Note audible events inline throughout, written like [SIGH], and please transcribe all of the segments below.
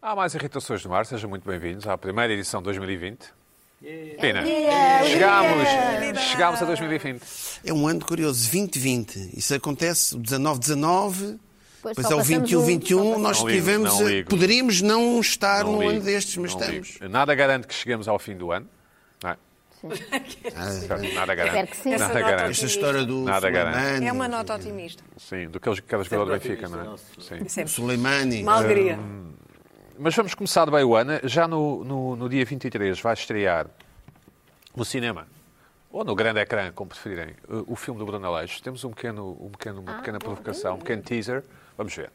Há mais irritações no ar, sejam muito bem-vindos à primeira edição de 2020. Pena. É. Chegámos, chegámos a 2020. É um ano curioso, 2020. Isso acontece o 19, 19, Pois depois só é o passamos 21, um, 21. só Nós Não ligo, tivemos. não ligo. poderíamos não estar Não num ligo, ano destes, mas não estamos. ligo. Nada garante que cheguemos ao fim do ano. Não é? Ah, Nada Espero que garante. sim. Nada Essa garante. nota esta história do Nada garante. Suleimani, É uma nota otimista. Sim, do que eles- cada jogador do Benfica, não é? Sim. Um, Sempre. Suleimani. Uma alegria. Mas vamos começar de bem o ano. Já no, no, no dia 23 vai estrear no cinema, ou no grande ecrã, como preferirem, Eh, o o filme do Bruno Aleixo. Temos um pequeno, um pequeno, Ah, uma pequena provocação, um pequeno teaser. Vamos ver.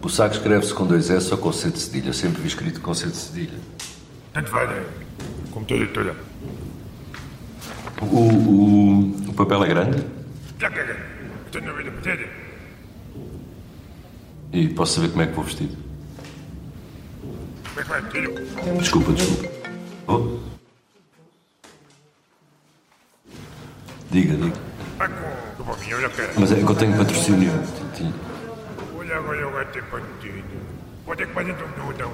O saco escreve-se com dois S ou com C de cedilha. Eu sempre vi escrito com C de cedilha. Tanto vai, né? Como toda editora. O, o- o papel é grande Já caga. Estou na vida pedida. e posso saber como é que vou vestido. Como é que vai, tiro? Desculpa, desculpa. Oh. Diga, diga. Vai com... Eu vou vir, olha, cara. Mas é que eu tenho patrocínio. Tinha- Olha, agora eu até partido. Vou ter que fazer um nudão.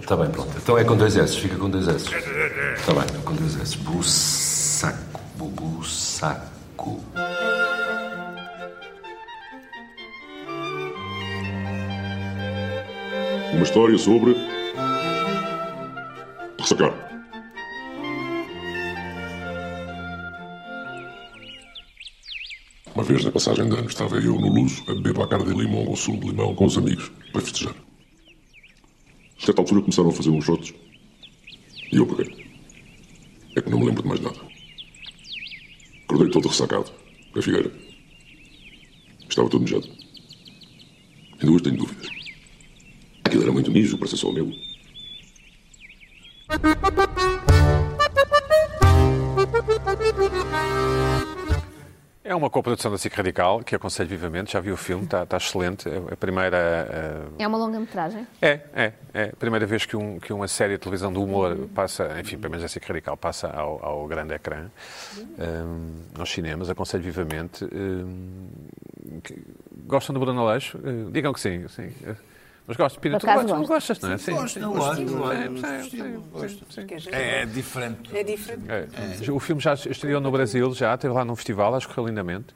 Está bem, pronto. Então é com dois S, fica com dois S. É, é, é. Está bem, com dois S. Bussaco, bubu, saco. Uma história sobre. ressacar. Uma vez, na passagem de ano, estava eu no Luso a beber bacardi de limão ou sumo de limão com os amigos, para festejar. A certa altura começaram a fazer uns shots e eu paguei. É que não me lembro de mais nada. Acordei todo ressacado, na figueira. Estava todo mijado. Ainda hoje tenho dúvidas. Aquilo era muito mijo para ser só o meu. É uma coprodução da SIC Radical, que aconselho vivamente. Já vi o filme, está está excelente. É a primeira. eh, É uma longa-metragem. É, é, é. A primeira vez que, um, que uma série de televisão do humor passa, enfim, pelo menos essa radical, passa ao, ao grande ecrã, hum, aos cinemas, aconselho vivamente. Hum, que- gostam do Bruno Aleixo? Eh, digam que sim. sim. Eh, Mas gosto, Pina, Por tu, acaso gostas, tu gostas, não é? Sim, gosto, sim, eu gosto, sim, eu gosto, sim, eu sim, sim, sim. É diferente. É diferente. É. O filme já estreou no Brasil, já esteve lá num festival, acho que correu lindamente.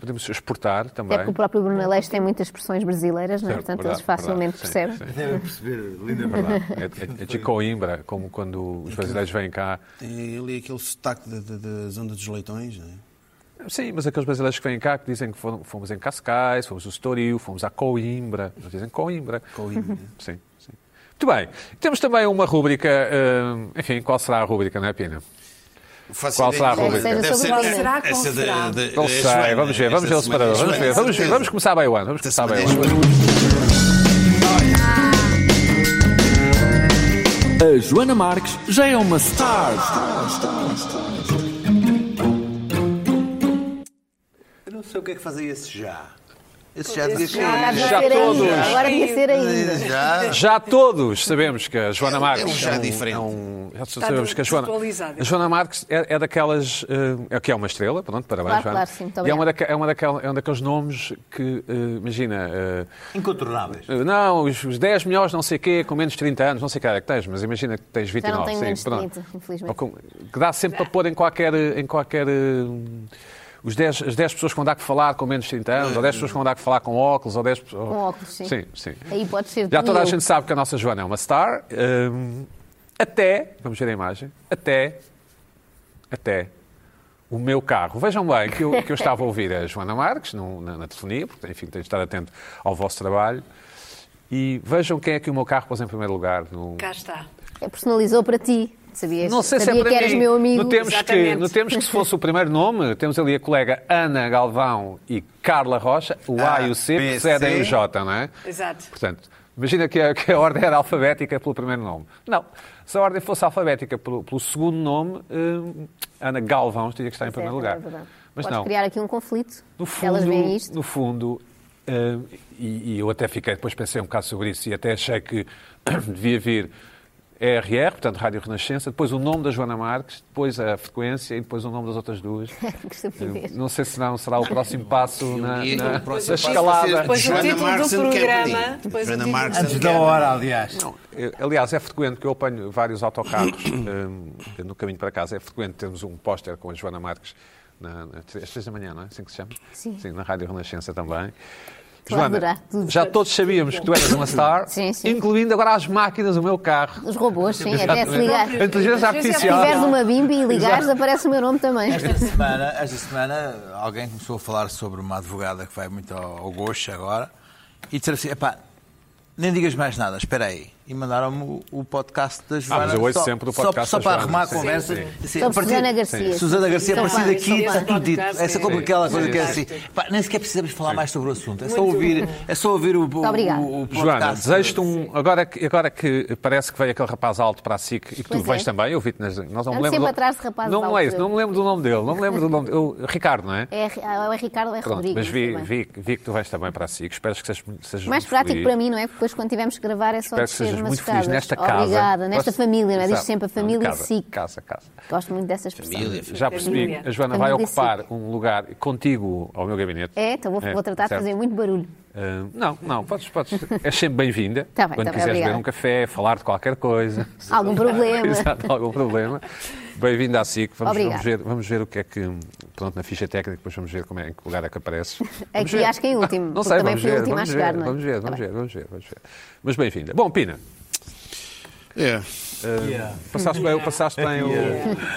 Podemos exportar também. Uhum. Até É porque o próprio Bruno Aleixo tem muitas expressões brasileiras, não é? Certo, Portanto, verdade, eles facilmente verdade, sim, percebem. sim. Devem perceber, linda Verdade. [LAUGHS] É, é- é de Coimbra, como quando os brasileiros vêm cá. Tem ali aquele sotaque da- da- da zona dos leitões, não é? Sim, mas aqueles brasileiros que vêm cá que dizem que foram- fomos em Cascais, fomos no Estoril, fomos a Coimbra. Eles dizem Coimbra. Coimbra. Sim, sim. Muito bem. Temos também uma rúbrica. hum, enfim, qual será a rúbrica, não é, Pina? Faço [LAUGHS] Qual ideia será a que- rúbrica? Deve ser sobre Deve qual será, é qual essa será. da- da- Não da sei, Eh, Joana, vamos ver, vamos ver o esta semana. separador. Vamos ver, vamos, ver, vamos começar bem o ano. Vamos Esta começar bem o semana ano. A Joana Marques já é uma star. Eu não sei o que é que fazem esse já. Esse já devia ser. Agora devia Já ser todos. ainda. Agora devia ser ainda. Já. Já todos sabemos que a Joana É um- Marques. é um já um- diferente. é um- já sabemos que a Joana, desatualizada. a Joana Marques é, é daquelas. eh, É que é uma estrela, pronto, parabéns, Claro, Joana. claro, sim, muito e é, obrigada. uma daque- é, uma daquela, é um daqueles nomes que, eh, imagina. eh, Incontornáveis. eh, não, os, os 10 melhores, não sei o quê, com menos de 30 anos, não sei que idade é que tens, mas imagina que tens 29. tenho sim, menos de pronto. 30, infelizmente. Ou com- Que dá sempre para pôr em qualquer. Em qualquer eh, os 10, as 10 pessoas que vão dar que falar com menos de 30 anos, ou 10 pessoas que vão dar que falar com óculos, ou 10 pessoas. Com óculos, sim. Sim, sim. Aí pode ser. Já tu toda e a eu. gente sabe que a nossa Joana é uma star. hum, até, vamos ver a imagem, até, até o meu carro. Vejam bem que eu, que eu estava a ouvir a Joana Marques num- na, na telefonia, porque enfim, tenho de estar atento ao vosso trabalho. E vejam quem é que o meu carro pôs em primeiro lugar. No... Cá está. É, Personalizou para ti. Sabias? Não sei se é Sabia para que eras mim. meu amigo. Não temos, que, Exatamente. não temos que se fosse o primeiro nome, temos ali a colega Ana Galvão e Carla Rocha, o A, e o C A, B, precedem C. o J, não é? Exato. Portanto, imagina que a, [LAUGHS] que a ordem era alfabética pelo primeiro nome. Não. Se a ordem fosse alfabética pelo, pelo segundo nome, hum, Ana Galvão teria que estar em primeiro lugar. Certo, é verdade. Mas Podes não. criar aqui um conflito. No Elas fundo, veem isto. [LAUGHS] no fundo hum, e, e eu até fiquei, depois pensei um bocado sobre isso e até achei que [COUGHS] devia vir RR, portanto Rádio Renascença, depois o nome da Joana Marques, depois a frequência e depois o nome das outras [LAUGHS] duas. Que estupidez. Não sei se não será o próximo passo na, E um na- o na próximo passo escalada. vai Depois ser o Joana título do Marques and programa, Company. depois o Joana título- Marques Antes and da Company. hora, aliás. Eu- Aliás, é frequente que eu apanho vários autocarros [CLEARS THROAT] hum, no caminho para casa. É frequente termos um póster com a Joana Marques na, na- às três da manhã, não é? Assim que se chama? Sim. na Rádio Renascença também. Estou a adorar tudo. já todos sabíamos que tu eras uma star, Sim, sim. incluindo agora as máquinas, o meu carro. Os robôs, sim, até [LAUGHS] se ligar. A inteligência Se artificial. tiveres uma bimbi e ligares, aparece o meu nome também. Esta semana, esta semana alguém começou a falar sobre uma advogada que vai muito ao, ao gosto agora e disseram assim: epá, nem digas mais nada, espera aí. E mandaram-me o, o podcast da Joana. Ah, eu ouço só, sempre o só- podcast Só, da para Joana, arrumar sim, a conversa. sim. Assim, Sobre a partir- Susana Garcia. Sim. Susana Garcia, a Então, partir vai, esse daqui está tudo dito. podcast, Essa como sim. aquela coisa Sim. que é assim. "Epá, nem sequer precisamos falar mais sobre o assunto. É só ouvir, é só ouvir o, o, obrigada. o- o podcast. Joana, desejo-te um. Agora que, agora que parece que veio aquele rapaz alto para a SIC e que tu Pois é. vais também, eu vi-te nas. Nós não me Ando lembro. sempre do- atrás de rapazes Não é altos, isso, eu. não me lembro do nome dele. Não me lembro do nome dele. O Ricardo, não é? É, ou é Ricardo ou é Pronto, Rodrigo. mas vi, não sei bem. vi, vi que tu vais também para a SIC. Espero que sejas, muito- sejas Mais muito prático feliz. para mim, não é? Porque depois, quando tivermos que gravar, é só Espero que descer sejas umas muito escadas. feliz nesta casa. Obrigada, nesta Gosto- família, não é? Diz Exato. sempre a Não, família casa, SIC. Casa, casa. Gosto muito dessa expressão. Já percebi Família. que a Joana vai Família ocupar um lugar contigo ao meu gabinete. É, então vou, vou tratar de certo. fazer muito barulho. Ah, não, não, podes, [LAUGHS] podes. És sempre bem-vinda. Tá bem, quando tá bem, quiseres beber obrigada. um café, falar de qualquer coisa. Algum problema. [LAUGHS] Exato, algum problema. Bem-vinda à SIC. Vamos, Obrigada. vamos ver, vamos ver o que é que. Pronto, na ficha técnica, depois vamos ver como é, em que lugar é que [LAUGHS] apareces. Vamos Aqui ver. acho que é em último, Não porque sei, também vamos fui a ver, última a vamos chegar, ver, não é? Vamos ver, Tá vamos bem. ver, vamos ver, vamos ver. Mas bem-vinda. Bom, Pina, É. passaste bem, passaste bem o.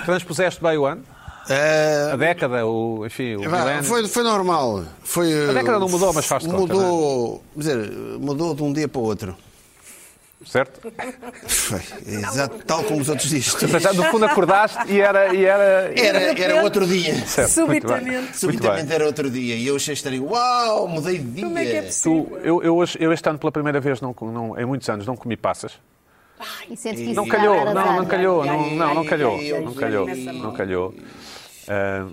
Transpuseste bem o ano, Eh, a década, o, enfim, o vá, milénio. É foi, foi normal. Foi, uh, A década não mudou, mas faz de conta, é? Mudou, quer dizer, mudou de um dia para o outro. Certo? Foi, é exato, tal como os outros dizem. Portanto, no fundo acordaste e era. E era, Era, era outro dia. Certo, muito bem. Subitamente. Muito bem. Subitamente era outro dia. E eu achei estranho. Uau, mudei de dia. Como é que é possível? Tu, eu, eu, hoje- eu este ano pela primeira vez, não, com- não- em muitos anos, não comi passas. [LAUGHS] E sentes que isso Não está a calhou, dar não, azar. não calhou, não, ai, não, não ai, calhou, ai, ai, não calhou, não calhou. Ah,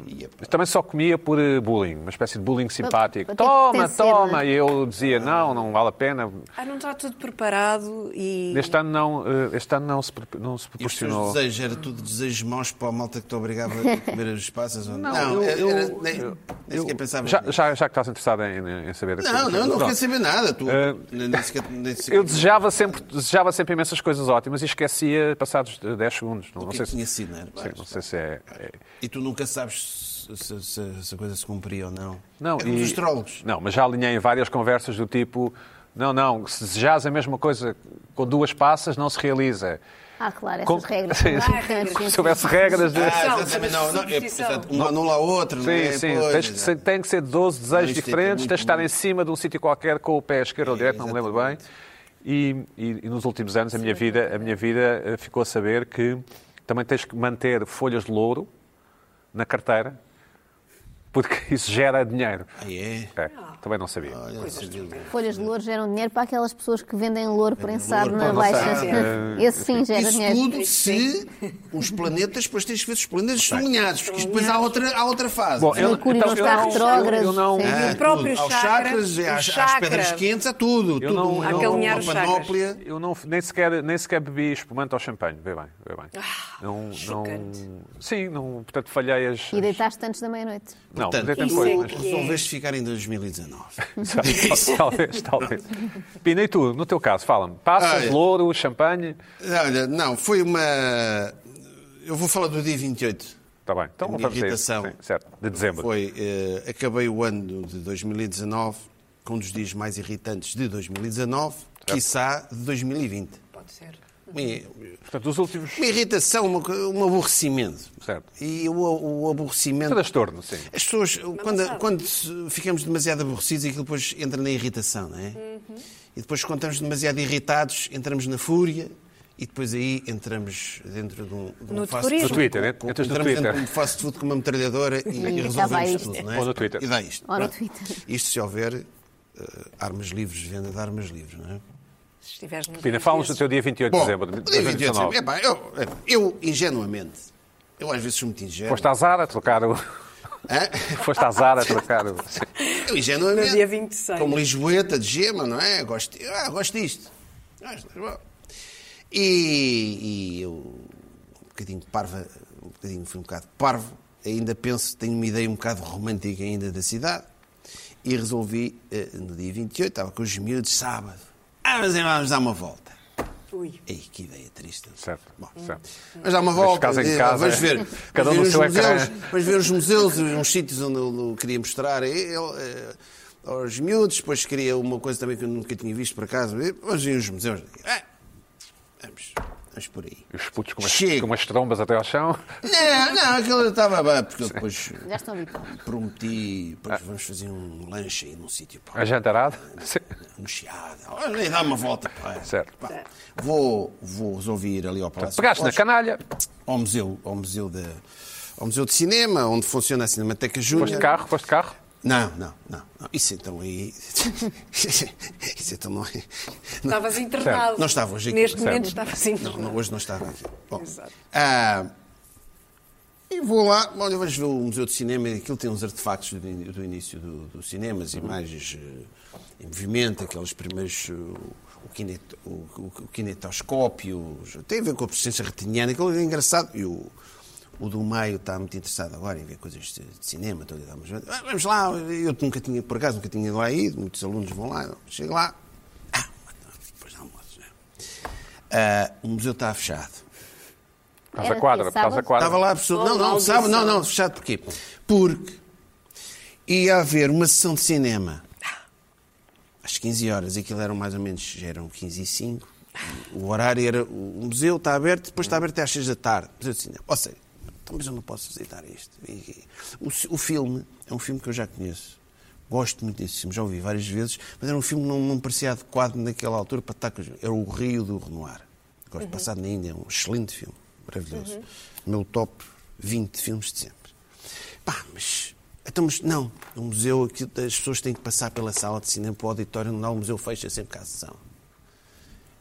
também só comia por eh, bullying, uma espécie de bullying simpático. para ter- Toma, ter cena. toma! E eu dizia, não, não vale a pena. Ah, não está tudo preparado e. Este ano não, eh, este ano não, se, pre- não se E os teus proporcionou. desejos, era tudo desejos maus para a malta que te obrigava [LAUGHS] a comer as passas? Ou... eu- Não, era, eu- nem, nem sequer pensava. Já, nisso. já, já que estás interessado em, em saber as Não, coisas. não, não Pronto. quer saber nada. Tu, Eh, nem, nem sequer, nem sequer, Eu desejava sempre, desejava sempre imensas coisas ótimas e esquecia passados de 10 segundos. Não, não que sei é que se, tinha sido, não era? Sim, não sei se é. é- E tu nunca sabes se, se- se- se a coisa se cumpria ou não. Não, é como os e- astrólogos. Não, mas já alinhei em várias conversas do tipo: não, não, se desejas a mesma coisa com duas passas, não se realiza. Ah, claro, Com- essas [LAUGHS] regras. Sim, sim. Ah, regras. Como se houvesse regras. De... Ah, São, exatamente, não, não, é, superstição. exato, um anula a outro. não Sim, é? sim. Pois, Tens que ser- exato. tem que ser 12 desejos Não, isto é diferentes, muito tens de estar bom. em cima de um sítio qualquer com o pé esquerdo ou É, direito, não me lembro bem. exatamente. E, e- e nos últimos anos a minha vida, a minha vida eh, ficou a saber que também tens que manter folhas de louro na carteira, porque [LAUGHS] isso gera dinheiro. Ah, é? É, também não sabia. Olha, isso Folhas de louro geram dinheiro para aquelas pessoas que vendem louro prensado louro na prensado. baixa. É. Esse sim gera dinheiro. tudo se os planetas, depois tens que ver se os planetas estão alinhados, porque isto depois há outra, há outra fase. É Bom, eu- Mercúrio não está retrógrado, eu não- Ah. sim. eu não- O próprio aos chakra, chakras, o às, às chakra. pedras quentes, a tudo. tudo não- uma- eu não- Alinhar uma os chakras. panóplia. Eu não, nem, sequer, nem sequer bebi espumante ou champanhe. Vê bem, vê bem. não, chocante. sim, não, portanto falhei as. E deitaste antes da meia-noite. Não, Portanto, deitei tu é depois, mas- resolveste ficar [LAUGHS] em 2019. Tal- [LAUGHS] talvez, talvez. Pina, e tu, no teu caso, fala-me. Passas, Olha. louro, champanhe. Olha, não, foi uma. Eu vou falar do dia 28. Está bem. Então, A minha vamos a isso. irritação. Sim, certo, de dezembro. Foi, eh, acabei o ano de 2019 com um dos dias mais irritantes de 2019, quiçá de 2020. Pode ser. Uma, Portanto, os últimos. uma irritação, uma co- um aborrecimento. Certo. E o, o aborrecimento. Transtorno, é sim. As pessoas, quando, quando se- ficamos demasiado aborrecidos, aquilo depois entra na irritação, não é? Uhum. E depois, quando estamos demasiado irritados, entramos na fúria e depois aí entramos dentro de um, de um No fast food. terrorismo. No Twitter, né? com, entras no entramos dentro Twitter. de um fast food com uma metralhadora e, e Uhum. acaba resolvemos isto. tudo, não é? Ou no Twitter. E dá isto. Ou no Ah. Pronto. Twitter. Isto se houver eh, armas livres, venda de armas livres, não é? Se estiveres no. Pina, fala-nos do teu dia 28 de dezembro de o dia 28 de 2019. dezembro. é Epá, eu, epá, eu, ingenuamente, eu às vezes sou muito ingênuo. Foste à Zara trocar o. [LAUGHS] Hã? Foste à Zara trocar o. Sim. Eu ingenuamente. No dia 26. Como Lisboeta de gema, não é? Gosto, ah, gosto disto. Gosto, Ah, é bom. E, e eu, um bocadinho parva, um bocadinho, fui um bocado parvo, ainda penso, tenho uma ideia um bocado romântica ainda da cidade, e resolvi, eh, no dia 28, estava com os miúdos, sábado, ah, mas vamos dar uma volta. Ui. Ei, que ideia triste. Certo, Bom, certo. mas dá uma Mas volta. casa em eh, casa, vamos é. ver. Cada um vamos no ver os seu ecrã. museus, Vamos ver os museus, uns sítios onde eu queria mostrar a ele, eh, aos miúdos. Depois queria uma coisa também que eu nunca tinha visto por acaso. Vamos ver os museus. Ah, vamos, vamos por aí. E os putos com umas, Chega. com umas trombas até ao chão. Não, não, aquilo eu estava bem, porque eu depois Já estão habituados. prometi, depois Ah. vamos fazer um lanche aí num sítio. pá, A jantarada. Sim. Um chiado. Olha, dá uma volta. pá. Certo. Pá, Vou, vou resolver ali ao Palácio. Pegaste na Oscar. canalha, ao museu, ao museu de, ao museu de cinema, onde funciona a Cinemateca Júnior. foste de carro, foste de carro. Não, não, não, não. Isso então aí. [LAUGHS] Isso então não é. Não, Estavas internado. Não estava hoje aqui. Neste Certo. momento estavas internado. não, hoje não estava aqui. Bom, Exato. ah, e vou lá, olha, vamos ver o Museu de Cinema, aquilo tem uns artefactos do, in- do início do, do cinema, as imagens eh, em movimento, aqueles primeiros. eh, o, kinet- o, o- o kinetoscópio, os- tem a ver com a presença retiniana, aquilo é engraçado. E o, o do Maio está muito interessado agora em ver coisas de, de cinema, estou a lhe dar umas voltas. Ah, Vamos lá, eu nunca tinha, por acaso, nunca tinha lá ido, muitos alunos vão lá, eu chego lá. Ah, depois de almoço, né? Ah, o museu está fechado. Estás Era a quadra, que estás a sábado? quadra. Estava lá a pessoa. Não, não, maldição. sabe, não, não, fechado porquê? Porque ia haver uma sessão de cinema às 15 horas, e aquilo eram mais ou menos, já eram 15 e 5. O horário era. O museu está aberto, depois está aberto até às 6 da tarde. Museu de cinema. Ou seja, então, mas eu não posso visitar isto. E- O, ci- o filme é um filme que eu já conheço. Gosto muito desse filme, já ouvi várias vezes, mas era um filme que não, não me parecia adequado naquela altura para estar com os- Era O Rio do Renoir. Gosto de passado na Índia, é um excelente filme, maravilhoso. Meu top 20 filmes de sempre. Pá, mas. Então, mas não, no museu aqui, as pessoas têm que passar pela sala de cinema para o auditório, não dá, o museu fecha sempre que há sessão.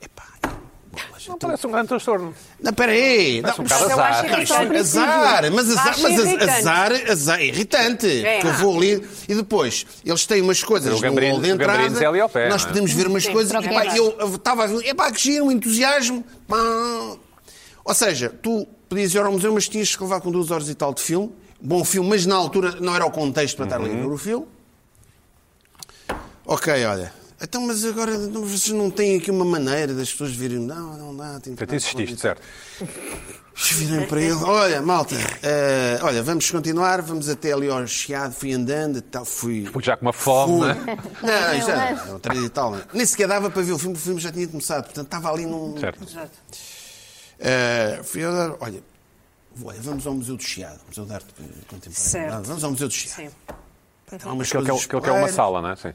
Epá, bolas, Não então- parece um grande transtorno. Não, peraí. Não, Parece um bocado eu acho azar. não, isto é irritante. azar, mas azar, Acho mas irritante. azar, azar, é irritante. É. Porque eu vou ali e depois eles têm umas coisas O no Gambrino- hall de o Gambrino entrada, é ali ao pé, nós não é? podemos ver umas Sim, coisas. troca epá, de eu eu estava a ver, epá, que giro, um entusiasmo. pá. Ou seja, tu podias ir ao museu, mas tinhas que levar com duas horas e tal de filme. Bom filme, mas na altura não era o contexto para estar ali a Uhum. ver o filme. Ok, olha. Então, mas agora não- vocês não têm aqui uma maneira das pessoas virem. Não, não dá. Tem que Tu insististe, certo? Virei para ele. Olha, malta, eh, olha, vamos continuar, vamos até ali ao Chiado, fui andando, e tal, fui. Puto, já com uma fome, Fui. não é? Não, isto era, era um treino e tal. não é? Nem sequer dava para ver o filme, o filme já tinha começado, portanto estava ali num. Certo. Exato. Eh, fui andar, olha, olha, vamos ao Museu do Chiado, Museu de Arte Contemporânea. Certo. Vamos ao Museu do Chiado. Sim. Há umas Aquilo que é, coisas aquilo que é uma espelhos. sala, não é? Sim.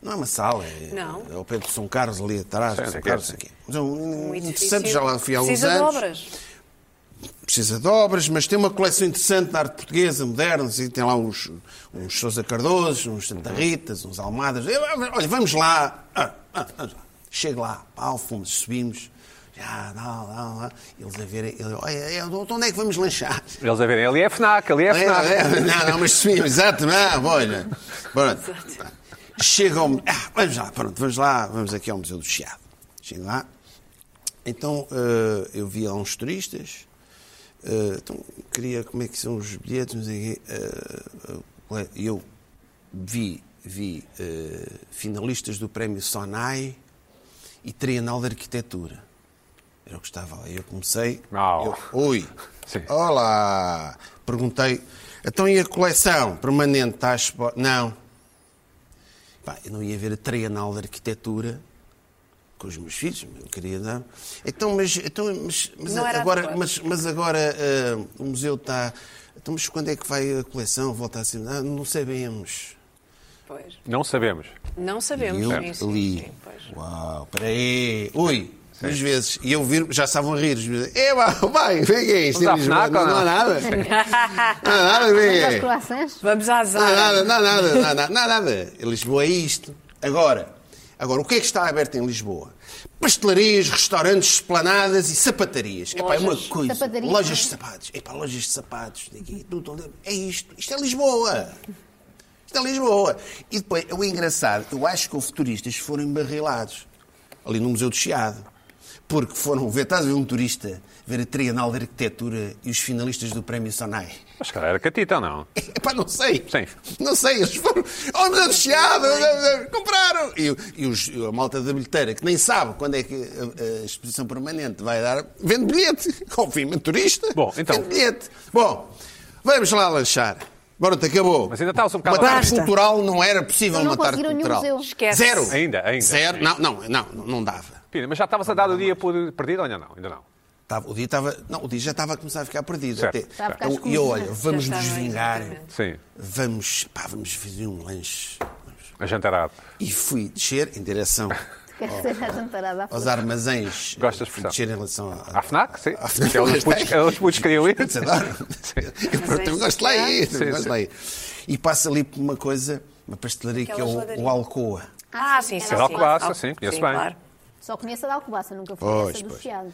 Não é uma sala, é, Não. é ao pé de São Carlos ali atrás. Sim, São sim, Carlos, sim. aqui. Mas é um, Um interessante, edifício já lá fui há alguns precisa anos. de obras. precisa de obras, mas tem uma coleção interessante de arte portuguesa, moderna, e tem lá uns, uns Sousa Cardoso, uns Santa Ritas, uns Almadas. Eu, olha, vamos lá. Ah, ah, vamos lá. Chego lá, pau, fomos, subimos. Já, lá, lá, lá. Eles a verem, ele, olha, é, onde é que vamos lanchar? Eles a verem, ali é a FNAC, ali é a FNAC. É, é, não, não, mas subimos, exato, não, olha. Pronto. Chega ao. Ah, vamos lá, pronto, vamos lá, vamos aqui ao Museu do Chiado. Chego lá. Então eh, eu vi lá uns turistas. eh, então queria como é que são os bilhetes, não sei o quê. eh, eh, eu vi, vi eh, finalistas do prémio Sonai e Trienal de Arquitetura. Era o que estava lá. Eu comecei. Au. eu- Oi. Sim. Olá. Perguntei. Então e a coleção permanente está expo... Não. Pá, eu não ia ver a Trienal de Arquitetura com os meus filhos, eu queria dar. Então, mas, então, mas, mas Não era agora, adequado. mas, mas agora ah, o museu está. Então, mas quando é que vai a coleção voltar a ser? Ah, não sabemos. Pois. é. Não sabemos. Não sabemos. eu sim, sim, li. sim, pois. [LAUGHS] Uau, peraí. Ui, duas vezes. E eu vi, já estavam a rir. os meus- É, uau, vai, vem que é isto. Vamos à em Lisboa? FNAC ou não, não não? há nada. Não há nada, vem Mas é. aos croissants? Vamos à Não há azar. nada, Ah, não há nada, não há nada, não há nada. Em Lisboa é isto. Agora, agora, o que é que está aberto em Lisboa? Pastelarias, restaurantes, esplanadas e sapatarias. Epá, é uma Lojas. coisa. Sapataria. Lojas de sapatos. Epá, lojas de sapatos. daqui, tudo, tudo. É isto. Isto é Lisboa. Isto é Lisboa. E depois, é o engraçado, eu acho que houve turistas que foram embarrilados ali no Museu do Chiado. Porque foram ver, estás a ver um turista, ver a Trienal de Arquitetura e os finalistas do Prémio Sonai. Mas calhar era catita, não? [LAUGHS] Epá, não sei. Sim. Não sei, eles foram. Oh, não, fechado, não, não, compraram. E, e os- a malta da bilheteira, que nem sabe quando é que a, a exposição permanente vai dar, vende bilhete. [LAUGHS] Obviamente, turista. Bom, então. Vende bilhete. Bom, vamos lá lanchar. Pronto, acabou. Mas ainda está-se um bocado Uma tarde atrás. cultural não era possível Então não uma tarde conseguiram nenhum cultural. museu. Esquece. Zero. Ainda, ainda. Zero. Não, não, não, não dava. Pina, mas já estavas a dar o dia por perdido ou ainda não? Ainda não. Tava- o dia estava. Não, o dia já estava a começar a ficar perdido. Certo. até. Estava a ficar Então, escuro. né? e eu, olha, vamos Já nos estava, vingar. exatamente. Sim. Vamos, pá, vamos fazer um lanche. A jantarada. E fui descer em direção Quer ser a jantarada à aos armazéns. Gosto da Fui expressão. descer em relação à À FNAC, sim. À FNAC. Que é onde os putos- é onde os putos queriam ir. Putz, adoro. Eu, pronto, eu gosto de lá ir. eu gosto de lá ir. E passo ali por uma coisa, uma pastelaria que é Aquela o, geladaria. o Alcoa. Ah, sim, sim. Era Alcobaça, É sim, conheço bem. Claro. [LAUGHS] Só conheço a da Alcobaça, nunca fui Pois, essa do pois. Chiado.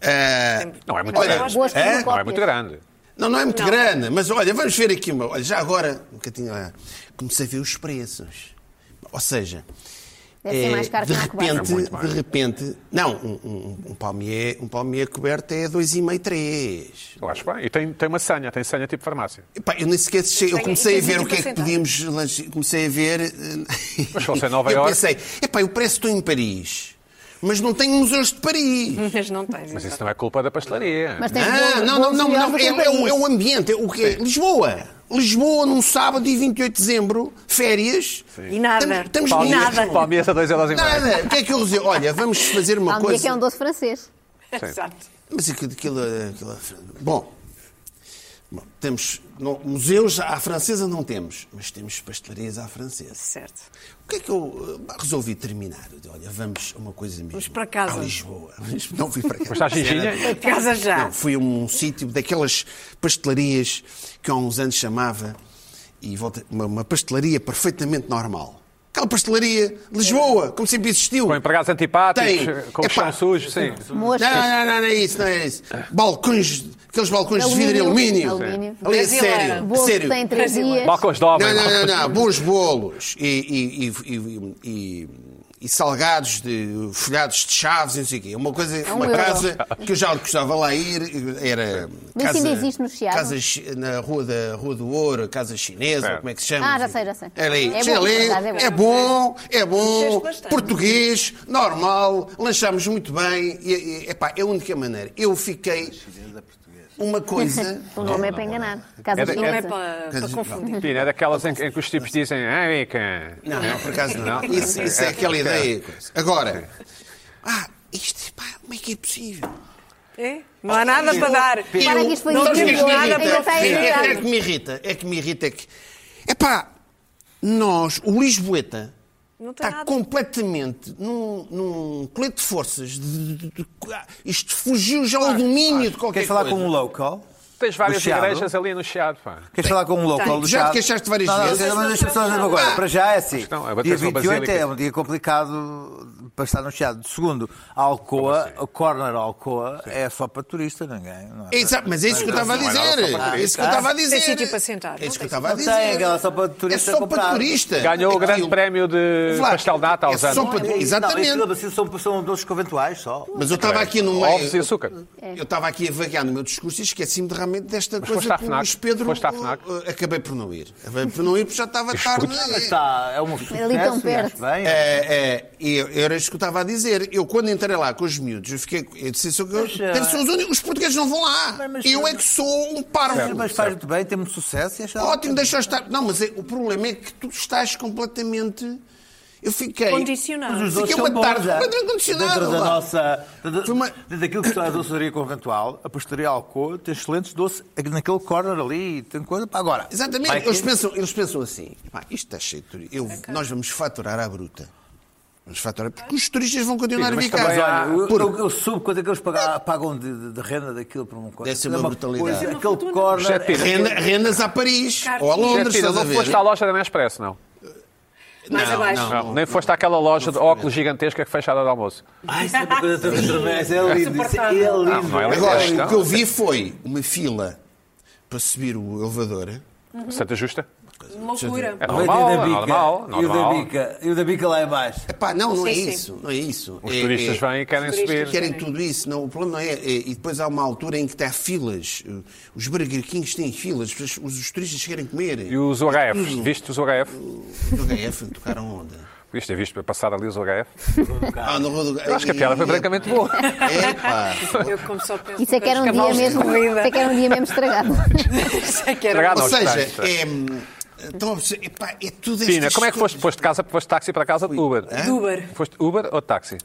Ah, Não, é muito Olha, grande. Boas É? Não é muito fotocópias. grande. não, não é muito Não. grande, mas olha, vamos ver aqui uma. Olha, já agora, nunca tinha. olha, Comecei a ver os preços. Ou seja, Deve ser É, mais caro de que a Alcobaça. repente, muito mais. de repente, não, um, um, um palmier, um palmier coberto é 2,5, 3. Eu acho bem. E tem, tem uma senha, tem senha tipo farmácia. Epá, eu nem sequer cheguei, eu Tem- comecei a tem ver o muito que é que porcentagem. podíamos, lanche- comecei a ver. eh, Mas se fosse em Nova [LAUGHS] eu Iorque? pensei, epá, eu parece que estou em Paris, mas não tenho museus de Paris. Mas não Mas tens. isso exato. não é culpa da pastelaria. Mas tem Ah, bons- não, não, bons não, melhores não, do é, que em é o, Paris. é o ambiente, é o que é? Lisboa. Lisboa, num sábado, dia 28 de dezembro, férias. E nada. Estamos, estamos Palmier. nisto. Nada. Palmeiras a dois euros e meio. Nada. O que é que eu dizer? Olha, vamos fazer uma Há um dia coisa. que é um doce francês. Exato. Mas aquilo. aquilo, aquilo é bom, bom, temos. não- museus à francesa não temos, mas temos pastelarias à francesa. Certo. O que é que eu eh, resolvi terminar? Eu disse, Olha, vamos a uma coisa mesmo. Vamos para casa. A Lisboa. Não fui para casa. Mas está ginginha? Casa já. Não, fui a um sítio daquelas pastelarias que há uns anos chamava e volta, uma, uma pastelaria perfeitamente normal. Aquela pastelaria de Lisboa, como sempre existiu. Com empregados antipáticos, Tem. com o chão Epá. sujo, sim. Não, Moscas. não, não, não é isso, não é isso. Balcões, aqueles balcões de vidro e Alumínio. alumínio. Alumínio. Ali é Brasileiro. sério, Bolo que sério. tem três dias. Balcões de Não, obra. não, não, não, bons bolos e, e- e- e- e- e salgados de folhados de chaves e não sei o quê. Uma coisa, um uma euro. casa que eu já gostava lá ir, era Mas ainda existe no Chiado? casa chi- na rua, da, rua do Ouro, Casa Chinesa, É. como é que se chama? Ah, já sei, já sei. É ali. É Sim, bom, ali. por acaso, é bom. é bom, é Mexeste bom, bastante. português, normal, lanchamos muito bem. E, e, epá, é a única maneira. Eu fiquei [LAUGHS] uma coisa... O nome é para enganar. Casa É da- de é- Não é Chinesa. para, Casa- para confundir. Pina, é daquelas em, que- em que os tipos dizem, ah, Ica. Não, não, por acaso não. Não? Isso, isso é É, aquela ok. ideia. Agora, ah, isto, pá, como é que é possível? É? Não há nada para dar. Para que isto foi Não dito temos em nada Lisboa. para Ainda está em É, oferecer. é que me irrita, é que me irrita, é que... É pá, nós, o Lisboeta, Não tem está nada. completamente num, num colete de forças. de- de- de- de- isto fugiu já ao domínio de qualquer Queres falar coisa. com um local? Tens várias Do Chiado? igrejas ali no Chiado, pá. Queres falar com um local Tem. do Já te Chiado? queixaste várias Não, não, vezes. Ah! Mas as pessoas mesmo agora. Para já é assim. Não, é bater dia só a 28 é Basílica. um dia complicado para estar no Chiado. Segundo, a Alcoa, a corner Alcoa, é só para turista, ninguém. Não é para- Exato, mas é isso que eu estava a Não é nada dizer. só para É isso que eu estava a dizer. Tem sítio para sentar, É isso não que eu tem. estava a Não dizer. tem, aquela só para turista É só para comprar. turista. Ganhou o grande Aquilo- prémio de Claro. pastel de nata aos É só anos. para- Não, Exatamente. aquilo, assim, são, são doces conventuais só. Mas eu estava aqui no meio. Ovos e açúcar. Eu estava aqui a vaguear no meu discurso e esqueci-me de realmente desta Mas foste coisa à que o FNAC? Luís Pedro. Foste à FNAC? uh, uh, acabei por não ir. Acabei por não ir porque já estava tarde. tá- Está, é um sucesso, Ali tão e acho perto. É, bem. é, e eu- era isto que eu estava a dizer. Eu, quando entrei lá com os miúdos, eu fiquei. Eu disse isso que eu. Mas, é. Deve ser os únicos- Os portugueses não vão lá. Mas, mas- Eu é que sou um parvo. Mas tá- faz muito bem, tem muito sucesso e é acho Ótimo, deixa estar. Não, mas é- o problema é que tu estás completamente. Eu fiquei. Mas os Condicionado. doces Fiquei uma são bons, tarde é? completamente condicionada Dentro da lá. nossa. da- da- Foi uma- Dentro daquilo que está a doçaria conventual, a pastelaria Alcoa tem excelentes doces naquele corner ali, tem coisa para agora. Exatamente. Vai Eles que- pensam, eles pensam assim: "Pá, isto está cheio de turistas. Eu- Nós vamos faturar à bruta. Vamos faturar. Porque os turistas vão continuar Sim, a mas vir também Mas cá. há- olha, eu, Porque- eu, eu soube quanto é que eles pagam, pagam de, de- de renda daquilo para uma coisa. Deve ser uma É brutalidade. coisa, Deve ser uma fortuna. Aquele corner. é- Jeff, Renda- rendas a Paris ou a Londres, Pina, estás a não ver? foste à loja da Nespresso, não. Mais abaixo. Não, nem foste àquela loja de óculos gigantesca que fechada de almoço. Ai, isso é uma coisa tão tremenda. É lindo. isso É lindo. Não, não é lindo. Agora, Então, o que eu vi foi uma fila para subir o elevador. Santa Justa? Loucura. É O leite e o da normal, é bica. normal. E o da normal. bica. E o da bica lá em baixo. Epá, não, não é Sim, sim. isso. Não é isso. Os É- turistas é- vêm e querem turistas. subir. Querem tudo isso, não, o problema não é, é- E depois há uma altura em que está filas. eh, Os Burger Kings têm filas, os, os turistas querem comer. E os UHFs? Viste os UHF? O HF tocaram onda. Viste, viste passar ali os UHF? Ah, no Rodo... Eu acho que a piada foi francamente [LAUGHS] boa. Epá, Eu como só penso Isso é que era um nos dia cavalos de mesmo. corrida. Isso é que era um dia mesmo estragado. [LAUGHS] Isso é que era- Estragado ou aos seja, tais, tais. é. Estão a perceber, epá, é tudo estas Pina, como é que foste? coisas. Foste de casa, foste táxi para casa de Uber? De Uber. Foste Uber ou táxi?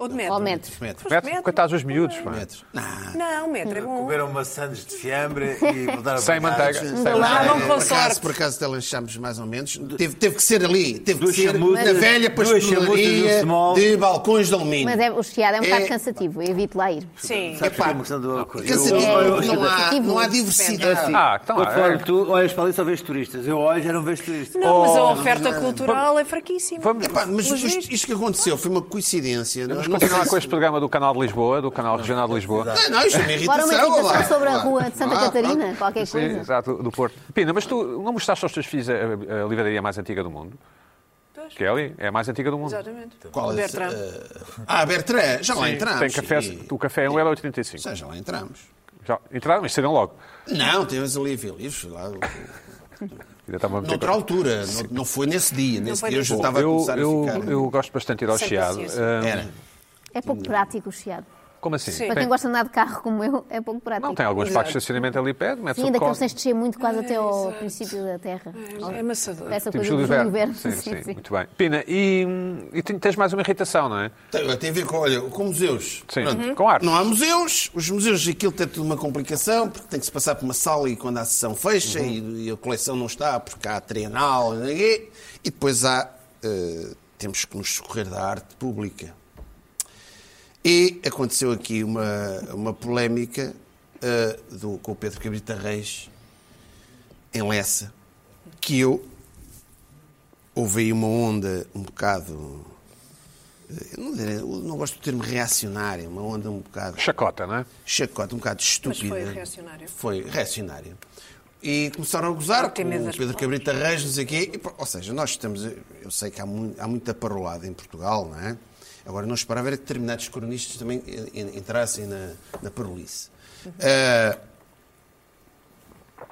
Ou de Ao metro. metro. Metro, Foste Metro? Coitados dos miúdos, pá. metro. Não, Não, metro é bom. Comeram maçãs de fiambre e voltaram Sem manteiga. Sem Ah, manteiga. não com por acaso, sorte. por acaso até lanchámos mais ou menos. Teve, teve que ser ali, teve Duas que ser chamutas- na velha duas chamutas e um pastelaria small. de balcões de alumínio. Mas é, o chiado é um bocado É- cansativo. Eu evito lá ir. Sim. Sabes que é uma questão do Cansativo, Eu- eu- não, há, eu- não há eu- diversidade. Ah, então Quando é. for, tu olhas para ali e só vês turistas. Eu olho já não vejo turistas. Não, Oh. mas a Oh, oferta cultural é fraquíssima. Vamos- Epá, mas Pelos isto, vistos. isto que aconteceu foi uma coincidência. Não, Vamos não continuar sei com se- este programa do Canal de Lisboa, do Canal Regional de Lisboa. Não, não, isto é uma Agora irritação. Ah, uma irritação olá. sobre a Olá. rua de Santa Olá. Catarina, qualquer Sim, coisa. exato, do Porto. Pina, mas tu não mostraste aos teus filhos a, a livraria mais antiga do mundo? Pois. Que é ali, é a mais antiga do mundo. Exatamente. Qual é? Bertrand. Eh, Ah, Bertrand, já lá entramos. Tem café, E- o café é 1,85€. Já, já lá entramos. Já entraram, mas saíram logo. Não, temos ali a Filipe, lá. Ainda estava a meter Noutra coisa. altura, não, não foi nesse dia. Nesse foi dia eu já nesse estava a eu, começar eu, a ficar. né? eu gosto bastante de ir ao Sem Chiado. paciência. Ahm, Era. É pouco prático o chiado. É. como assim? Sim. Para Tem- quem gosta de andar de carro como eu, é pouco prático. Não, tem alguns parques de estacionamento ali perto, mete-se Sim, o daqueles colo. tens de descer muito quase até ao princípio da Terra. Ah, É amassador. Essa Temos coisa do Júlio inverno. Verne. Tipo Sim, sim, muito bem. Pina, e, hum, e ten- tens mais uma irritação, não é? Tem, tem a ver com, olha, com museus. Sim, Pronto. com arte. Não há museus, os museus aquilo tem tudo uma complicação, porque tem que se passar por uma sala e quando a sessão fecha e, e a coleção não está, porque há trienal não sei quê. e depois há. eh, temos que nos socorrer da arte pública. E aconteceu aqui uma, uma polémica eh, do, com o Pedro Cabrita Reis em Lessa, que eu houve aí uma onda um bocado. eh, Não, direi- eu não gosto do termo reacionária, uma onda um bocado Chacota, não é? chacota, um bocado estúpida. foi reacionária. Foi reacionária. E começaram a gozar Eu tenho com medo o das Pedro Cabrita Reis, não sei o quê. E, pô, ou seja, nós estamos. Eu sei que há, mu- há muita parolada em Portugal, não é? Agora, não esperava era que determinados cronistas também eh, en- entrassem na, na parolice. Uhum. Ah,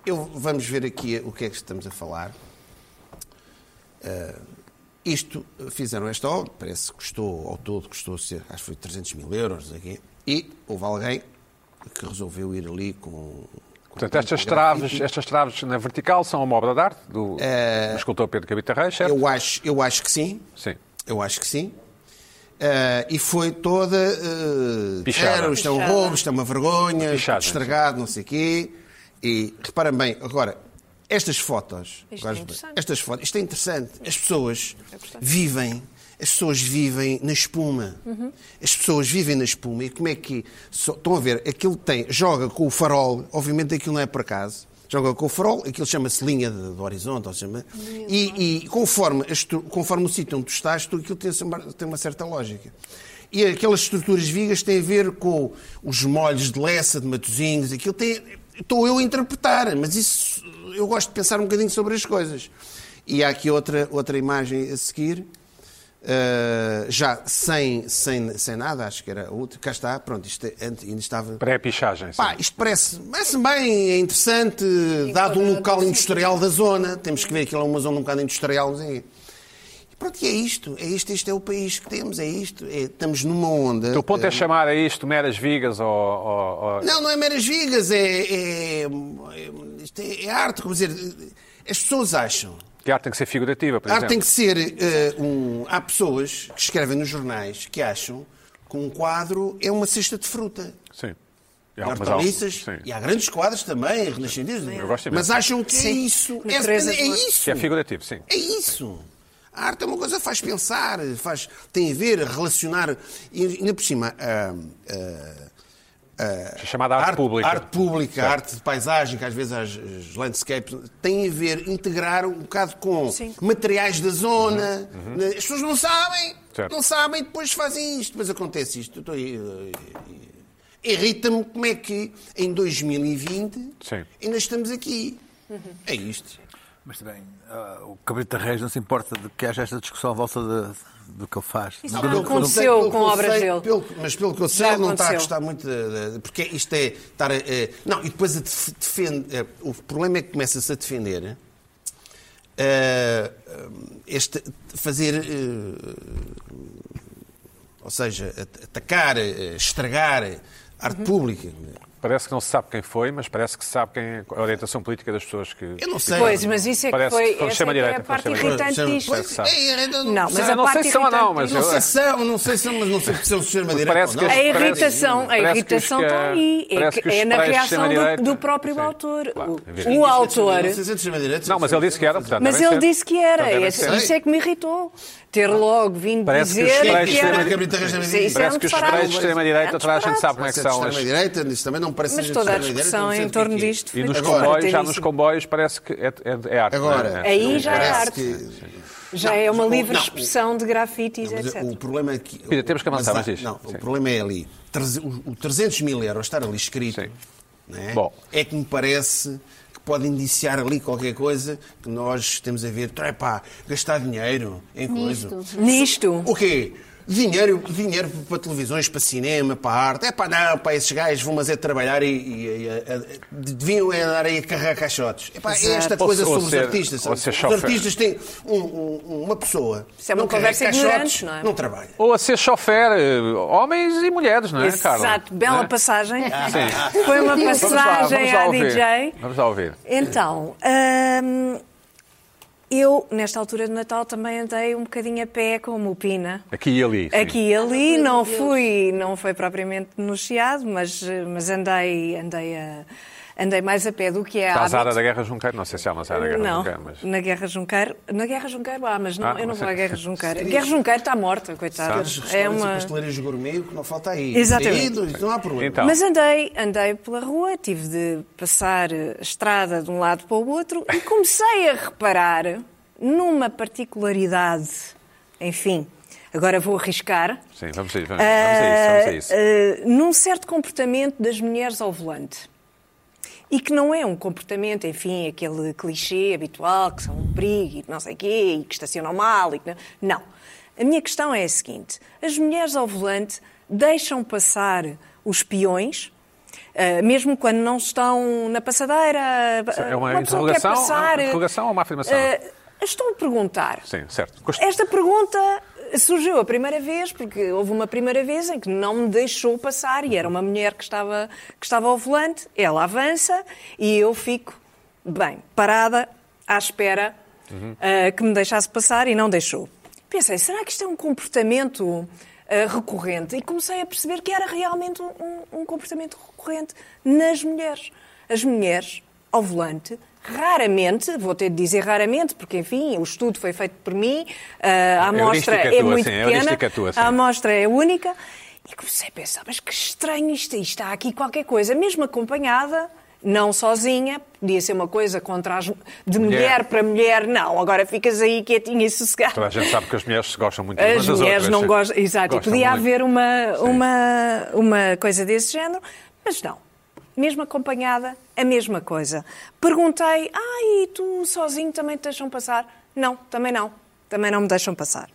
eu, vamos ver aqui o que é que estamos a falar. Ah, isto, fizeram esta obra, parece que custou, ao todo, custou, cerca- acho que foi 300 mil euros, não sei o quê, e houve alguém que resolveu ir ali com... com Portanto, estas com grafite. traves, estas traves na vertical são uma obra de arte do, do escultor Pedro Cabita Reis, certo? É, Eu acho, eu acho que sim, Sim. eu acho que sim. Ah, e foi toda... Uh, Pichada. isto é um Pichada. roubo, isto é uma vergonha, Pichada, tudo estragado, não sei o quê. E reparem bem, agora, estas fotos... Isto é agora, interessante. É estas fotos, isto é interessante. As pessoas vivem, as pessoas vivem na espuma. Uhum. As pessoas vivem na espuma e como é que só- estão a ver? Aquilo tem, joga com o farol, obviamente aquilo não é por acaso. Joga com o farol, aquilo chama-se linha de- do horizonte, ou chama, e, e conforme, a estru- conforme o sítio onde tu estás, tu, aquilo tem, tem uma certa lógica. E aquelas estruturas vigas têm a ver com os molhos de Lessa, de Matosinhos, aquilo tem. Estou eu a interpretar, mas isso eu gosto de pensar um bocadinho sobre as coisas. E há aqui outra, outra imagem a seguir, eh, já sem, sem, sem nada, acho que era a outra. Cá está, pronto, isto é antes- ainda estava. Pré-pichagem, sim. Pá, isto parece, parece bem, é interessante, dado um local industrial da zona. Temos que ver aquilo é uma zona um bocado industrial. não sei. E pronto, e é isto, é isto, este é o país que temos, é isto. é- estamos numa onda. O ponto eh, é chamar a isto meras vigas ou... ou- ou- não, não é meras vigas, é, é, é- isto é- é arte. Como dizer, as pessoas acham. Que a arte tem que ser figurativa, por A arte exemplo. tem que ser. eh, um, há pessoas que escrevem nos jornais que acham que um quadro é uma cesta de fruta. Sim. É E há umas Hortaliças, almas, sim. e há grandes quadros também, renascentistas. Eu gosto imenso. mas acham que é isso. É, Natureza é boa. isso. Que é figurativo, sim. É isso. A arte é uma coisa que faz pensar, faz, tem a ver, relacionar. E ainda por cima, ah, ah, É Chamada arte, pública. É, Arte pública, arte de paisagem, que às vezes as, as landscapes têm a ver, integrar um bocado com Sim. materiais da zona. As pessoas não sabem, Uhum, Certo. não sabem, depois fazem isto, depois acontece isto. Eu estou aí, eh, Irrita-me como é que em 2020 Sim. ainda estamos aqui. É isto. Mas também, ah, o Cabrita Reis não se importa de que haja esta discussão à volta de- do que ele faz. Isso Do- já do- aconteceu Pelo que com eu obras sei, dele. pelo- mas pelo que eu sei, Já ele não está a aconteceu. gostar muito. de- de- porque isto é. Estar, a- eh, não, e depois a def- defende. eh, o problema é que começa-se a defender. eh, este, fazer. eh, ou seja, at- atacar, eh, estragar a Uhum. arte pública. Parece que não se sabe quem foi, mas parece que se sabe quem é a orientação política das pessoas que. Eu não sei. Pois, mas isso é que Parece que foi foi essa é chama que é a direita, parte foi chama irritante Pois, disto. Pois, sabe. é, é, Não, mas Eu a não sei parte se são ou não, irritante mas Não disto- sei se são, não sei se são, mas não sei se é são de extrema direita. Parece ou não. que- A irritação, a parece que irritação os que- está aí. É, parece que- que os é na pais de reação extrema-direita. do, do próprio Sim, autor. claro, O- evidente. o autor. Não sei se é de extrema direita. Não, mas ele disse que era, portanto. Mas deve ele ser. disse que era. Então deve Isso ser. isso é que me irritou. Ter logo vindo Parece que os dizer pais que era. de extrema- Isso- isso é Parece um que os disparate. um freios de extrema-direita, toda a gente sabe como é que Isso é de são as. extrema-direita, isso também não parece Mas ser de toda a extrema-direita, discussão não sei em do que é torno que é. disto foi E nos Agora, comboios, já nos disparatadíssimo. comboios, parece que é, é, é arte. Agora. não é? Aí já é Parece arte. que- Já é uma Não, livre não. expressão de grafites, Mas etc. O problema é que. Pina, temos que avançar, há- mas diz. Não, Sim. o problema é ali. Treze- O, o 300 mil euros estar ali escrito Sim. né, Bom. é que me parece que pode indiciar ali qualquer coisa que nós temos a ver. Então, Epá, gastar dinheiro em Nisto. coisa. Nisto. O quê? Dinheiro, dinheiro para televisões, para cinema, para arte. É pá, não, para esses gajos vão mas é trabalhar e, e- e- a- a- deviam é andar aí a carregar caixotes. É pá, é esta Exato. coisa Ou se- ou sobre ser- os artistas. ou sabe? ser os chofer. artistas têm um- um- uma pessoa. Isso é uma não carrega conversa ignorante, caixotes, não é? Não trabalha. Ou a ser chofer, eh, homens e mulheres, não é, Carla? Exato, bela Ah, Não é? passagem. Sim. Foi uma Vamos Vamos lá, passagem vamos lá à ouvir. DJ. Vamos lá ouvir. Então, hum, eu, nesta altura de Natal, também andei um bocadinho a pé como o Pina. Aqui e ali. sim. Aqui e Ah, ali não fui, não foi propriamente no Chiado, mas, mas andei, andei, a- andei mais a pé do que é Está a hábito. Zara da Guerra Junqueiro. Não sei se há uma Zara da Guerra não, Junqueiro, mas. na Guerra Junqueiro. Na Guerra Junqueiro, ah, mas não, Ah, eu não mas- vou à Guerra Junqueiro. A Guerra Junqueiro está morta, coitada. Aqueles É restaurantes e uma... pasteleiras gourmet, o que não falta aí. Exatamente. Aí, não- não há problema. Então, Mas é- andei, andei pela rua, tive de passar eh, a estrada de um lado para o outro e comecei a reparar numa particularidade. Enfim, agora vou arriscar. Sim, vamos a isso, vamos, vamos a isso, vamos a isso. Ah, ah, num certo comportamento das mulheres ao volante. E que não é um comportamento, enfim, aquele clichê habitual, que são um perigo e que não sei quê, e que estacionam mal. E que não... não. A minha questão é a seguinte: as mulheres ao volante deixam passar os peões. ah, mesmo quando não estão na passadeira, ah, É uma pessoa interrogação? quer passar, É uma interrogação ou uma afirmação? ah, estou a perguntar. Sim, certo. Gosto- Esta pergunta surgiu a primeira vez, porque houve uma primeira vez em que não me deixou passar e era uma mulher que estava, que estava ao volante, ela avança e eu fico, bem, parada, à espera ah, que me deixasse passar e não deixou. Pensei, será que isto é um comportamento ah, recorrente? E comecei a perceber que era realmente um, um comportamento recorrente nas mulheres. As mulheres ao volante. Raramente, vou ter de dizer raramente, porque enfim, o estudo foi feito por mim, ah, a heurística amostra é tua, muito sim, é pequena, heurística tua, sim. a amostra é única, e comecei a pensar, mas que estranho isto, isto há aqui qualquer coisa, mesmo acompanhada, não sozinha, podia ser uma coisa contra as, de mulher. Mulher. para mulher, não, agora ficas aí quietinha e sossegada. Toda a gente sabe que as mulheres se gostam muito umas As das mulheres outras, não sim. gostam. Exato, e Gostam podia muito. haver uma, Sim. uma, uma coisa desse género, mas não. Mesmo acompanhada, a mesma coisa. Perguntei, ah, e tu sozinho também te deixam passar? Não, também não. Também não me deixam passar.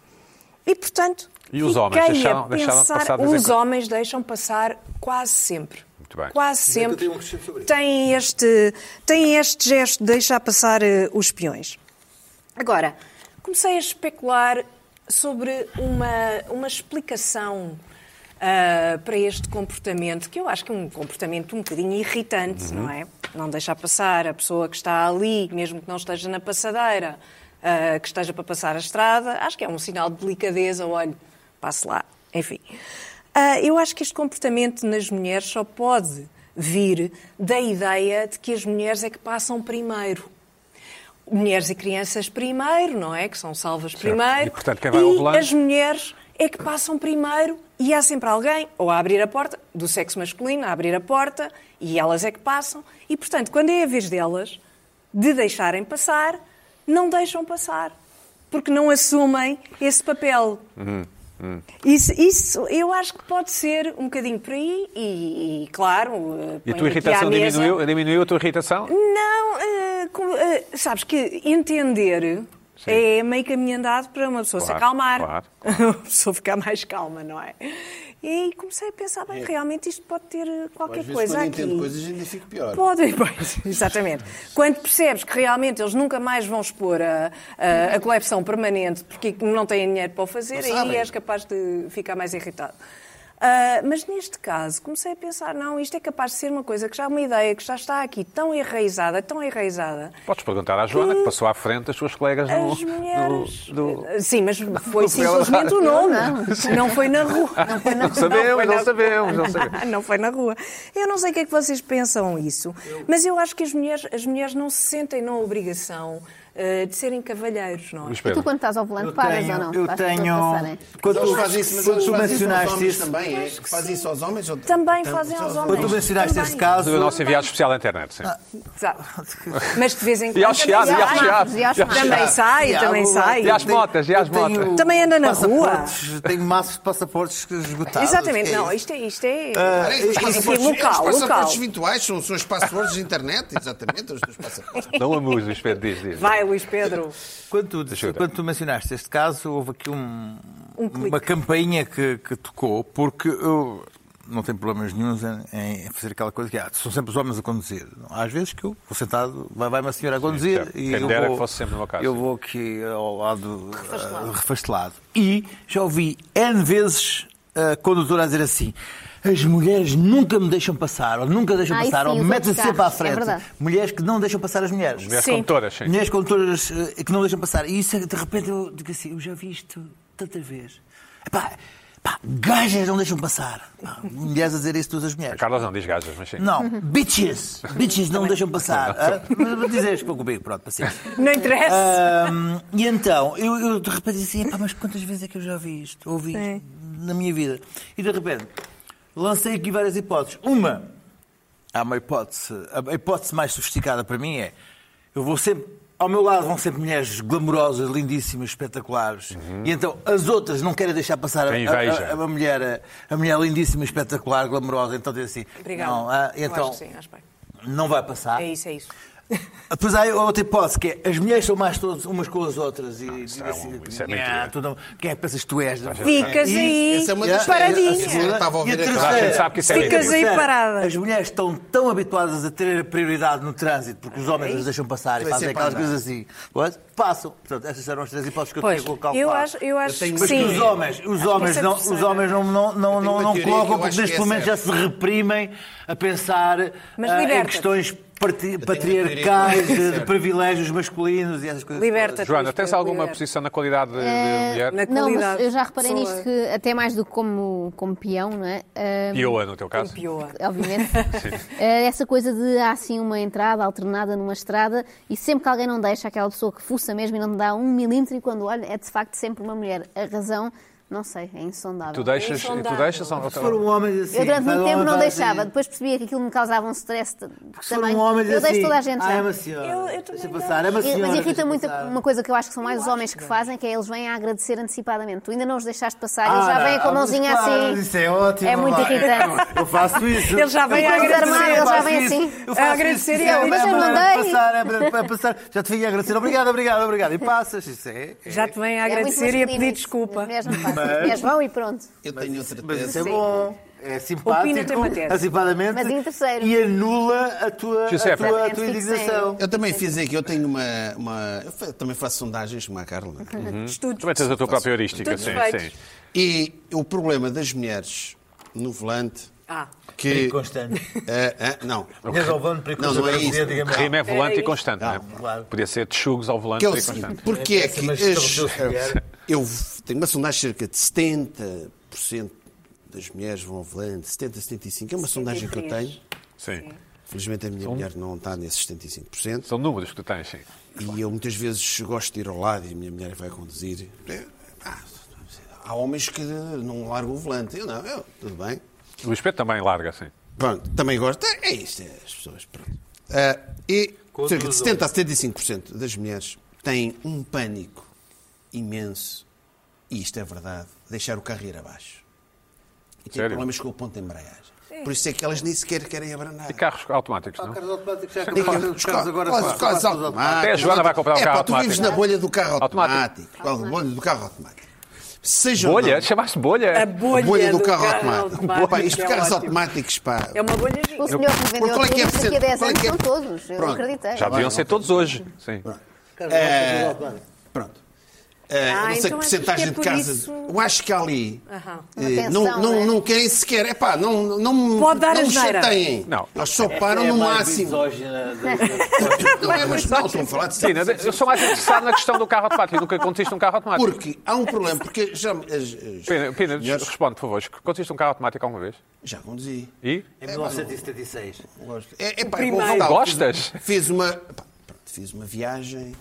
E, portanto, E os homens? fiquei a Deixaram- deixaram de pensar, passar de vez em os quando? homens deixam passar quase sempre. Muito bem. Quase Ainda que eu sempre. tenho um acrescento sobre isso. Tem este, tem este gesto de deixar passar eh, os peões. Agora, comecei a especular sobre uma, uma explicação ah, para este comportamento, que eu acho que é um comportamento um bocadinho irritante, não é? Não deixar passar a pessoa que está ali, mesmo que não esteja na passadeira, ah, que esteja para passar a estrada, acho que é um sinal de delicadeza, olha, passe lá, enfim. Ah, eu acho que este comportamento nas mulheres só pode vir da ideia de que as mulheres é que passam primeiro mulheres e crianças primeiro, não é? Que são salvas primeiro. E, portanto, quem vai ao volante- as mulheres é que passam primeiro e há sempre alguém, ou a abrir a porta, do sexo masculino, a abrir a porta, e elas é que passam. E, portanto, quando é a vez delas de deixarem Uhum, passar, não deixam passar. Porque não assumem esse papel. Isso, isso eu acho que pode ser um bocadinho por aí e, e, claro. eh, E a ponho tua aqui irritação à mesa. diminuiu, diminuiu a tua irritação? Não, eh, com- eh, sabes que entender é meio caminho andado para uma pessoa se Claro, acalmar, [LAUGHS] claro, a pessoa ficar mais calma, não é? E aí comecei a pensar, É. bem, realmente isto pode ter eh, qualquer Às vezes, coisa quando aqui. entendo coisas, ainda fico pior. Podem, [LAUGHS] pois, exatamente. Quando percebes que realmente eles nunca mais vão expor a, a, a coleção permanente porque não têm dinheiro para o fazer, Não aí sabem. és capaz de ficar mais irritado. Ah, mas neste caso, comecei a pensar: não, isto é capaz de ser uma coisa que já é uma ideia que já está aqui tão enraizada, tão enraizada. Podes perguntar à Joana, que passou à frente das suas colegas no, As mulheres. no- no- Ah, Sim, mas foi programa de simplesmente rádio. o nome. Não, Não, foi na rua. Não foi na Não sabemos, foi não sabemos, não sabemos. [LAUGHS] não foi na rua. Eu não sei o que é que vocês pensam isso, mas eu acho que as mulheres, as mulheres não se sentem na obrigação eh, de serem cavalheiros, não é? Luís E tu Pedro. quando estás ao volante Eu paras tenho- ou não? é? eu Faz para eles tenho- passarem. Então, Quando Eles tu- fazem isso, mas quando eles tu fazem isso aos mencionaste homens isso. também. é? Fazem isso aos homens? ou- Também Tanto- fazem aos homens. Quando Quando então, tu mencionaste Também. esse caso, Do nosso enviado especial à internet, sim. Exato. Mas é de vez em quando. E aos chiados, e aos Também chiados. sai. e aos chiados. Também sai, também sai. E às motas, e às Eu tenho motas. Também anda na rua. passaportes, Tenho maços de passaportes esgotados. Exatamente, não, isto é. Isto é... Peraí, os Enfim, passaportes- local, os local. passaportes virtuais são, são os passaportes de internet, exatamente, os teus passaportes. Não amuses, Luís Pedro, diz, diz. Vai, Luís Pedro. Quando tu, Ajuda. quando tu mencionaste este caso, houve aqui um- Um clique. uma campainha que, que tocou, porque eu não tenho problemas nenhuns em, em fazer aquela coisa que ah, são sempre os homens a conduzir. Às vezes que eu vou sentado, vai, vai uma senhora a conduzir certo. e Quem eu dera vou, que fosse sempre no meu caso. eu vou aqui ao lado ah, refastelado. E já ouvi N vezes a condutora a dizer assim. As mulheres nunca me deixam passar, ou nunca deixam Ai, passar, sim, ou os metem-se outros sempre à carros, é frente. verdade. mulheres que não deixam passar as mulheres. Mulheres Sim. condutoras, sim. Mulheres condutoras eh, que não deixam passar. E isso, de repente, eu digo assim, eu já vi isto tanta vez. Epá, pá, gajas não deixam passar. Pá, mulheres a dizer isso todas as mulheres. Carlos não diz gajas, mas sim. Não, bitches. Bitches não deixam passar. Ah, Mas vou dizer isto para comigo, pronto, para si. Não interessa. Ahm, e então, eu, eu de repente disse assim, "Epá, mas quantas vezes é que eu já ouvi isto, ouvi isto na minha vida? E de repente, lancei aqui várias hipóteses. Uma, há uma hipótese, a hipótese mais sofisticada para mim é, eu vou sempre, ao meu lado vão sempre mulheres glamourosas, lindíssimas, espetaculares, e então as outras não querem deixar passar a, Tem a- a- inveja. a mulher, a mulher lindíssima, espetacular, glamourosa, então diz assim, Obrigada. não, ah, Eu então Ah, acho que sim, acho bem. não vai passar. É isso, é isso. Depois há outra hipótese, que é as mulheres são mais todas umas com as outras e dizem assim, isso é "Ah, mentira." tu não- quem é que pensas que tu és? Ficas E- aí essa é uma das- paradinha. a segunda estava a ouvir é E aquela- Toda a gente sabe que isso é Ficas mentira. aí Terceira, parada. As mulheres estão tão habituadas a ter prioridade no trânsito, porque os homens as deixam passar e Vai fazem ser aquelas para andar. coisas assim. What? Passam. Portanto, essas eram as três hipóteses que eu Pois, tinha colocado. eu acho, eu acho tenho que Mas que sim. os homens, os homens, Essa não, terceira. os homens não, Eu não, não, tenho não, uma não teoria que colocam eu porque acho que neste é momento já certa. se reprimem a pensar Mas ah, em liberta-te. questões parti- uma teoria que eu acho patriarcais, que é [LAUGHS] de certa. privilégios masculinos e essas coisas. Liberta-te. Joana, tens alguma Liberta. posição na qualidade de, de mulher? na- Não, mas qualidade é- eu já reparei pessoa. nisto que até mais do que como, como peão, não é? Ah, Pioa, no teu caso? Pioa. [LAUGHS] [LAUGHS] obviamente. Eh, Essa coisa de há assim uma entrada alternada numa estrada e sempre que alguém não deixa, aquela pessoa que fuça mesmo e não te dá um milímetro e quando olha é de facto sempre uma mulher. A razão, não sei, é insondável. Tu deixas, tu Insondável. deixas ou Se for um homem diz assim, Eu durante vai muito lá, tempo não vai deixava, assim. depois percebia que aquilo me causava um stress t- Se for também. um homem diz Eu deixo assim, toda a gente ah, é já. uma senhora. Eu- eu deixa também passar, é uma E- senhora. Mas irrita deixa muito passar. uma coisa que eu acho que são mais os homens que fazem, que é eles vêm a agradecer antecipadamente. Tu ainda não os deixaste passar e eles já Ah, vêm com a mas mãozinha claro, assim. Isso é ótimo. É muito vá. irritante. Eu faço isso. Ele já vem Eu a faço agradecer, isso, ele eu já faço vem isso, assim. eu faço A agradecer isso, e eu, é, mas eu é, não é, dei. Passar, é, é, é, passar. Já te vim a agradecer. Obrigado, obrigado, obrigado. E passas. Isso é. é- Já te vêm a É muito agradecer e a masculino isso. É pedir desculpa. As mulheres não fazem. As mulheres vão É e pronto. Eu tenho outra Mas isso tese. é bom. É Opina-te, simpático. Mateus. Antecipadamente. Mas em terceiro. E anula a tua, a Giuseppe. é tua, a tua Fico indignação. Eu também fiz aqui, eu tenho uma. uma- eu fa- também faço sondagens como a Carla. Estudos. Também tens a tua própria heurística, Todos sim, feitos. sim. E o problema das mulheres no volante. Ah, Que. Constante. Ah, ah, não. Resolvendo perigosamente. Não, não é isso. Rima é volante Era e constante, não, é? claro. Podia ser de chugos ao volante Que é o e seguinte, constante. porque é que. Mas As, estabelecido-se. eu tenho uma sondagem cerca de 70% das mulheres vão ao volante, 70, 75%. É uma sondagem que eu tenho. Sim. Felizmente a minha mulher não está nesses 75%. São números que tu tens, sim. E eu muitas vezes gosto de ir ao lado e a minha mulher vai conduzir. Ah, Há homens que não largam o volante. Eu não, eu, tudo bem. O espeto também larga, sim. Pronto, também gosto. É é isto, é as pessoas. Pronto. Ah, e cerca de 70 a 75% das mulheres têm um pânico imenso e isto é verdade, deixar o carro ir abaixo. E tem Sério? problemas com o ponto de embreagem. Por isso é que elas nem sequer querem abrandar. E carros automáticos, não? Carros automáticos, já Nem acabaram quer- os carros agora. Os quase- carros quase todos automáticos. Até a Joana vai comprar um É, carro pá, tu vives automático. na bolha do carro Automático. automático. A bolha do carro automático. Seja ou Bolha? não, Chamaste bolha? A bolha, a bolha do carro automático, automático. Pá, isto que de é carros ótimo. automáticos, pá. É uma bolha gigante. O senhor que vendeu qual é tudo que é a daqui a 10 percent- anos são qual é que é- todos. Eu Pronto. acreditei. Já deviam ser todos hoje. Sim. Carros automáticos, automáticos. Pronto. Eh, Ah, não sei então que achas que é porcentagem de por casa. isso- Eu acho que há ali. Aham. eh, Uma tensão, não, não, não é? não querem sequer. É pá, não, não, não, Pode dar não me asneira. chateiem. Não. Eles só Esta param é a no mais máximo. misógina da- da- Não é, mas não, estão a falar de Sim, né? eu sou mais interessado na questão do carro automático. Nunca consiste um carro automático. Porque há um problema, porque já. as- as- Pina, Pina, des- senhores- responde, por favor. Consiste um carro automático alguma vez? já conduzi. É, E? Em É 1976. Gosto. É, é, pá, primeiro. eu vou voltar. Gostas? Fiz, fiz uma. pá, pronto, fiz uma viagem.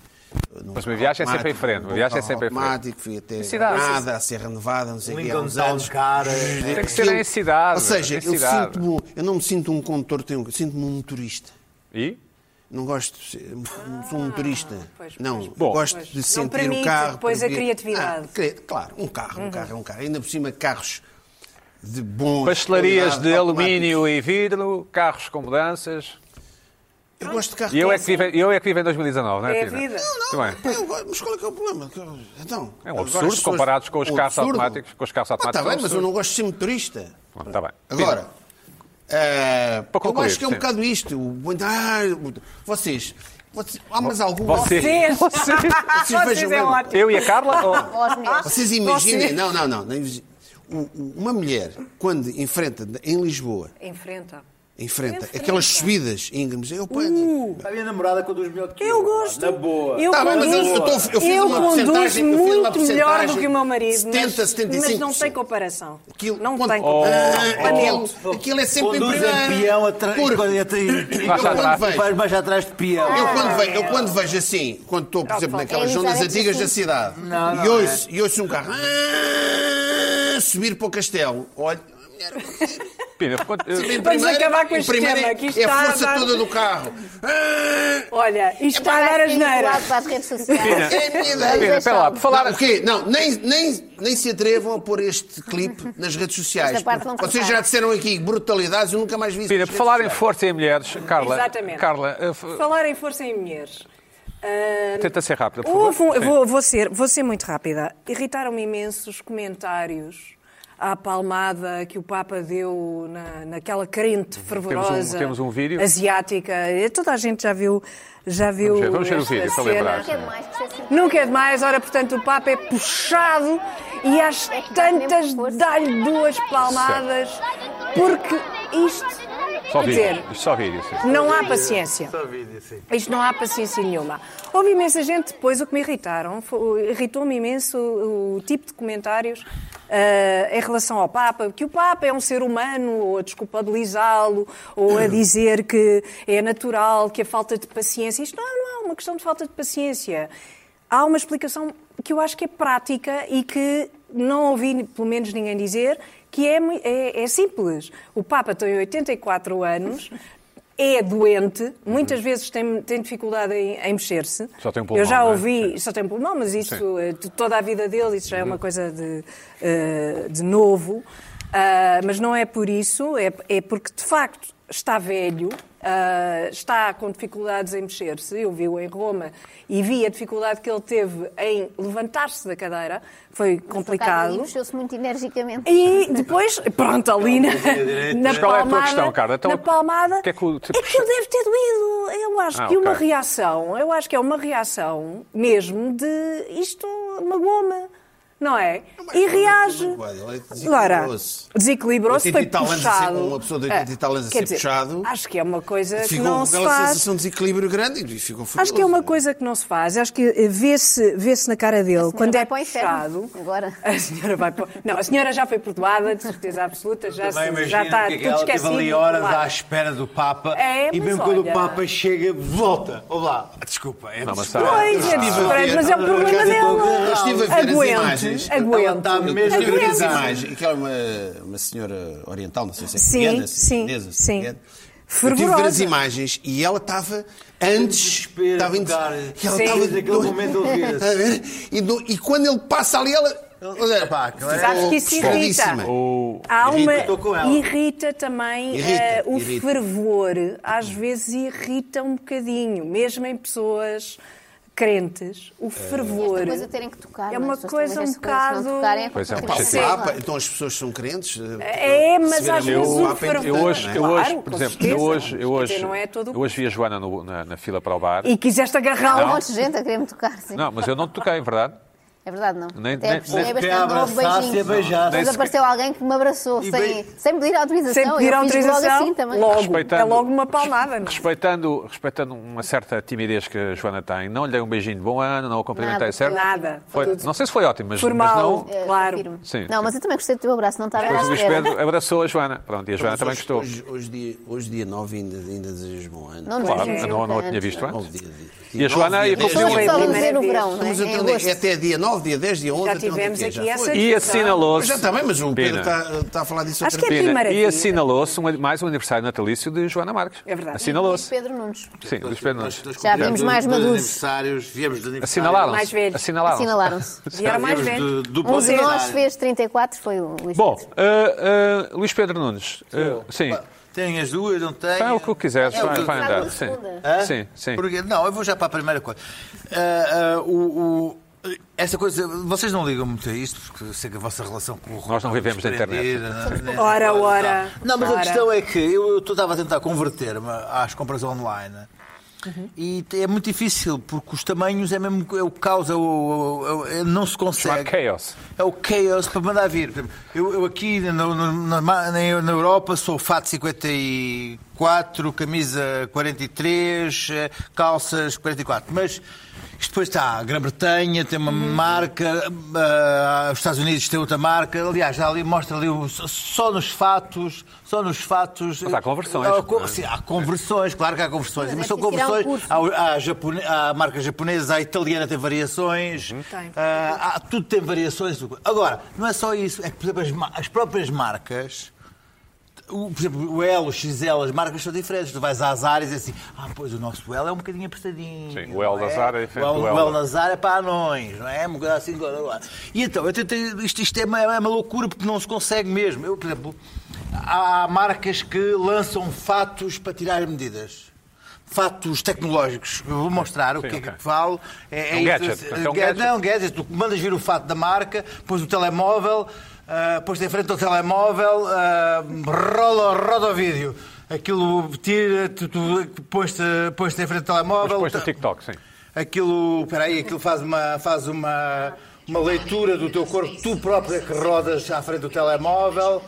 num Mas uma viagem é sempre automático, em frente, num uma viagem é carro sempre em frente. automático, fui até cidade. Granada, a Serra Nevada, não sei o que, há Lincoln uns Town anos. Car, é. Aquilo- Tem que ser em cidade, Ou seja, em eu, cidade. sinto-me um- eu não me sinto um condutor, tenho- sinto-me um motorista. E? Não gosto de ser, não sou um motorista. Ah, pois, não, pois, Bom. gosto pois. de Não sentir permite o carro. depois a criatividade. Uhum. Ah, cre- claro, um carro, um carro é um carro. Ainda por cima, carros de bons. Pastelarias um de automáticos. alumínio e vidro, carros com mudanças. Eu gosto de carro E eu é que automático. vivo, eu é que vivo em 2019, não é, É a Pina? vida. Muito bem. Pá, eu gosto- Mas qual é que é o problema? É Então, um agora as absurdo pessoas- comparados com os Um carros absurdo. automáticos, com os carros Ah, automáticos Está é bem, um mas eu absurdo. não gosto de ser motorista. Bom, Está bem. Pina, Agora, eh, eu concluir, acho que é um sim. bocado isto. o- Ah, o- vocês, vocês. Há mais algum? Você, Vocês. você, [LAUGHS] Vocês vejam é bem. ótimo. eu e a Carla? ou- Aos meus. Vocês imaginem. Não, não, não. nem imagi- o- o- Uma mulher, quando enfrenta em Lisboa, Enfrenta. enfrenta, Uh! Enfrenta. aquelas subidas íngremos. Eu, pá, A minha namorada conduz melhor que Eu gosto. Na boa. Eu Tá bem, mas eu- eu conduzo, tô- eu fiz uma conduzo percentagem- eu fiz uma muito melhor do percentagem que o meu marido. mas- 70, 75%. Mas não tem comparação. Aquilo, não quando- tem Ah, comparação. Panelo. aquilo, aquilo é sempre em Conduz primeira. em peão atrás. Porque quando eu entra em- Baixa quando atrás. vejo Vais mais atrás de peão. Eu quando, vejo, eu quando vejo assim, quando estou, por exemplo, naquelas Elizabeth zonas antigas da Assunção. cidade, Não, não e, ouço, é. e ouço um carro "Ah", subir para o castelo, olho. Pina, quanto- em Vamos primeiro- acabar com em este primeiro tema, é- que isto É está a a força dar- toda do carro. "Ah", Olha, isto está a dar asneira. vinculado para as redes sociais. É a minha ideia. Pina, espera lá, por falar. Não, o é quê? Não, nem, nem, nem se atrevam a pôr este clipe nas redes sociais. Esta parte não Vocês contar. já disseram aqui brutalidades, eu nunca mais vi isso Pina, nas por redes falar em sociais. força e em mulheres, Carla. Exatamente. Carla, eh, f- Falar em força em mulheres. Ah, tenta ser rápida, por favor. Houve um- Sim. vou, vou ser, vou ser muito rápida. Irritaram-me imenso os comentários à palmada que o Papa deu na, naquela crente fervorosa temos um vídeo. asiática. Eh, Toda a gente já viu, já viu ver- vamos ver o esta vídeo para cena. lembrar. Quer mais que seja assim. Nunca é demais, ora, portanto, o Papa é puxado e às É que dá mesmo tantas força. dá-lhe duas palmadas, porque isto, Só quer dizer, vídeo. Só vídeo, sim. não há paciência. Só vídeo, sim. Isto não há paciência nenhuma. Houve imensa gente depois, o que me irritaram, foi- irritou-me imenso o, o tipo de comentários ah, em relação ao Papa, que o Papa é um ser humano, ou a desculpabilizá-lo, ou a dizer que é natural, que a falta de paciência. Isto não, é- não é uma questão de falta de paciência. Há uma explicação que eu acho que é prática e que não ouvi, pelo menos, ninguém dizer, que é mui- é- é simples. O Papa tem 84 anos, é doente, muitas vezes tem, tem dificuldade em, em mexer-se. Só tem um pulmão, Eu já não é? Uhum. ouvi, só tem um pulmão, mas isso, eh, de toda a vida dele, isso já é uma coisa de, eh, de novo. Ah, mas não é por isso, é, é porque de facto está velho, ah, está com dificuldades em mexer-se. Eu vi-o em Roma e vi a dificuldade que ele teve em levantar-se da cadeira, foi E complicado. mexeu-se muito energicamente. E depois, pronto, ali na, na Mas qual é a tua palmada- questão, Carla? Então, na palmada. o que é que o- tipo- aquilo deve ter doído. Eu acho Ah, que uma ok. reação, eu acho que é uma reação mesmo de isto magoou-me, não é? E reage. Ele Agora, desequilibrou-se. desequilibrou-se, foi 80 é e tal anos a ser- puxado. uma pessoa de 80 e tal anos a Ah, quer ser dizer, puxado, Acho que é uma coisa que Ficou não com se aquela faz. sensação de desequilíbrio grande e ficou Acho que é uma furioso. coisa que não se faz. Acho que eh, vê-se vê na cara dele. Quando vai é para o inferno. puxado. Agora. A senhora vai para. Não, a senhora já foi perdoada, de certeza absoluta. Já, Também se, imagino já está que tudo ela esquecido. Teve ali horas perdoada. à espera do Papa. É, e mas mesmo quando olha- o Papa chega, volta. Olá. Desculpa. É Não, mas desesperado. sabe- Pois, é Eu estive a diferente, ver- mas é um problema dela. Eu estive a ver as Aguente, imagens. Ela Aguente. está Eu mesmo tive Aguenta. as gritando. imagens. Aquela é uma, uma senhora oriental, não sei se é Sim, indiana, se é sim, chinesa, se é sim. indiana. Eu tive a ver as Fervorosa. imagens e ela estava antes. desespero Estava em do cara. E ela Sim. estava. Naquele momento ouvia-se. Está a ver? E, do- e quando ele passa ali, ela. Olha, pá, ela é Sabes ficou que isso irrita. frustradíssima. Há uma... Irrita, estou com ela. Irrita também Irrita, eh, o irrita. fervor. Às vezes irrita um bocadinho, mesmo em pessoas crentes. Eh, O fervor. Esta coisa de terem que tocar. É não uma As pessoas coisa têm um estas coisas, se não bocado- tocarem, é Pois é, um complicado. chatice. Ah, pá, então as pessoas são crentes? É, mas às Eu- vezes o Há pena- fervor. Eu hoje, né? eu Claro, hoje, com por exemplo, certeza. eu hoje, eu Quer dizer, hoje, não é todo... eu hoje vi a Joana no- na, na fila para o bar. E quiseste Há um agarrá-lo. monte de gente a querer-me tocar, sim. Não, mas eu não te toquei, verdade? É verdade, não. Nem- Até nem- aproximei nem- bastante, houve Abraçar-se e beijinhos. beijar. Mas Nem apareceu alguém que me abraçou E sem, bem- sem pedir autorização. Sem pedir eu Fiz autorização, logo assim também. logo. Respeitando- É logo uma palmada, não é? Respeitando, respeitando uma certa timidez que a Joana tem, não lhe dei um beijinho de bom ano, não a cumprimentei, Nada, certo? Nada. Foi- Tudo não sei se foi ótimo, mas, mas Formal. não. Eh, Claro. confirmo. Sim, Não, sim. mas eu também gostei do teu abraço, não estava Depois o à Luís espera. Pedro abraçou a Joana. Pronto, e a Joana Mas também hoje- gostou. Hoje, hoje dia, hoje, dia 9, ainda, ainda desejas bom ano. Não Claro, desejo. não, não a tinha Antes, visto não. antes. Nove, dia- dia- E a dia Joana nove, aí dia As pessoas dez, Sim. falam dizer Primeira no vez. verão, não é? Estamos Em até, onde- agosto. então até dia 9, dia 10, dia 11. Já até onde é tivemos que é? aqui Já essa foi. E assinalou-se. Já está bem, mas o Pedro Pena. está, está a falar disso Acho outra que é vez. Pina, maravilha. E assinalou-se um- mais um aniversário natalício de Joana Marques. É verdade. Luís Assinalou-se. Pedro Nunes. Sim, Luís Pedro Nunes. Já vimos mais maduros. aniversários, viemos de aniversário. Mais Assinalaram-se. velhos. Assinalaram-se. Assinalaram-se. E era mais Viemos velho. de- duplo Um de nós aniversário. fez 34, foi o Luís Bom, Pedro. ah, ah, Luís Pedro Nunes. ah, sim. Tem as duas, não tem? Faz o que quiseres, É o vai, que- vai Sabe andar. a Sim. segunda? Hã? sim, sim. Porque- não, eu vou já para a primeira coisa. Ah, ah, o- o- essa coisa, vocês não ligam muito a isto, porque eu sei que a vossa relação com o rock Nós não vivemos na internet. desprendida, né? Ora, ora. Não, mas Ora. a questão é que eu eu estava a tentar converter-me às compras online. Uhum. E é muito difícil, porque os tamanhos é mesmo é o caos, é o- é o- é o- é- não se Chamado consegue. Chaos. É o chaos para mandar vir. Por exemplo, Eu, eu aqui na, na- na- na- na Europa sou fato 54, camisa 43, eh, calças 44. Mas isto depois está a Grã-Bretanha, tem uma Uhum. marca, ah, os Estados Unidos têm outra marca. Aliás, há ali mostra ali o- só nos fatos, só nos fatos. Eh, Mas há conversões, Há, co- não é? sim, há conversões, claro que há conversões. Mas, Mas é são preciso tirar um conversões. há, há japone- há marca japonesa, a italiana tem variações. Tem. Ah, há- tudo tem variações. Agora, não é só isso. É que, por exemplo, as, ma- as próprias marcas. O, por exemplo, o L, o XL, as marcas são diferentes. Tu vais à Zara e dizes assim: Ah, pois o nosso L é um bocadinho apertadinho. Sim, o L não da Zara é diferente O L, do o L L da- na Zara é para anões, não é? Uma coisa assim, agora, agora. E então, eu tentei, isto, isto é, uma, é uma loucura porque não se consegue mesmo. Eu, por exemplo, há marcas que lançam fatos para tirar medidas. Fatos tecnológicos. Eu vou mostrar o Sim, que é ok. que vale. É, É um isto, gadget. é, É um ga- gadget. Não, gadget. Tu mandas vir o fato da marca, pões o telemóvel, ah, pões-te em frente ao telemóvel, ah, rola, roda o vídeo. Aquilo tira, tu, tu pões-te pões-te em frente Mas ao telemóvel. tá, depois do te- TikTok, sim. Aquilo, peraí, aquilo faz uma, faz uma, uma leitura do teu corpo, tu próprio é que rodas à frente do telemóvel,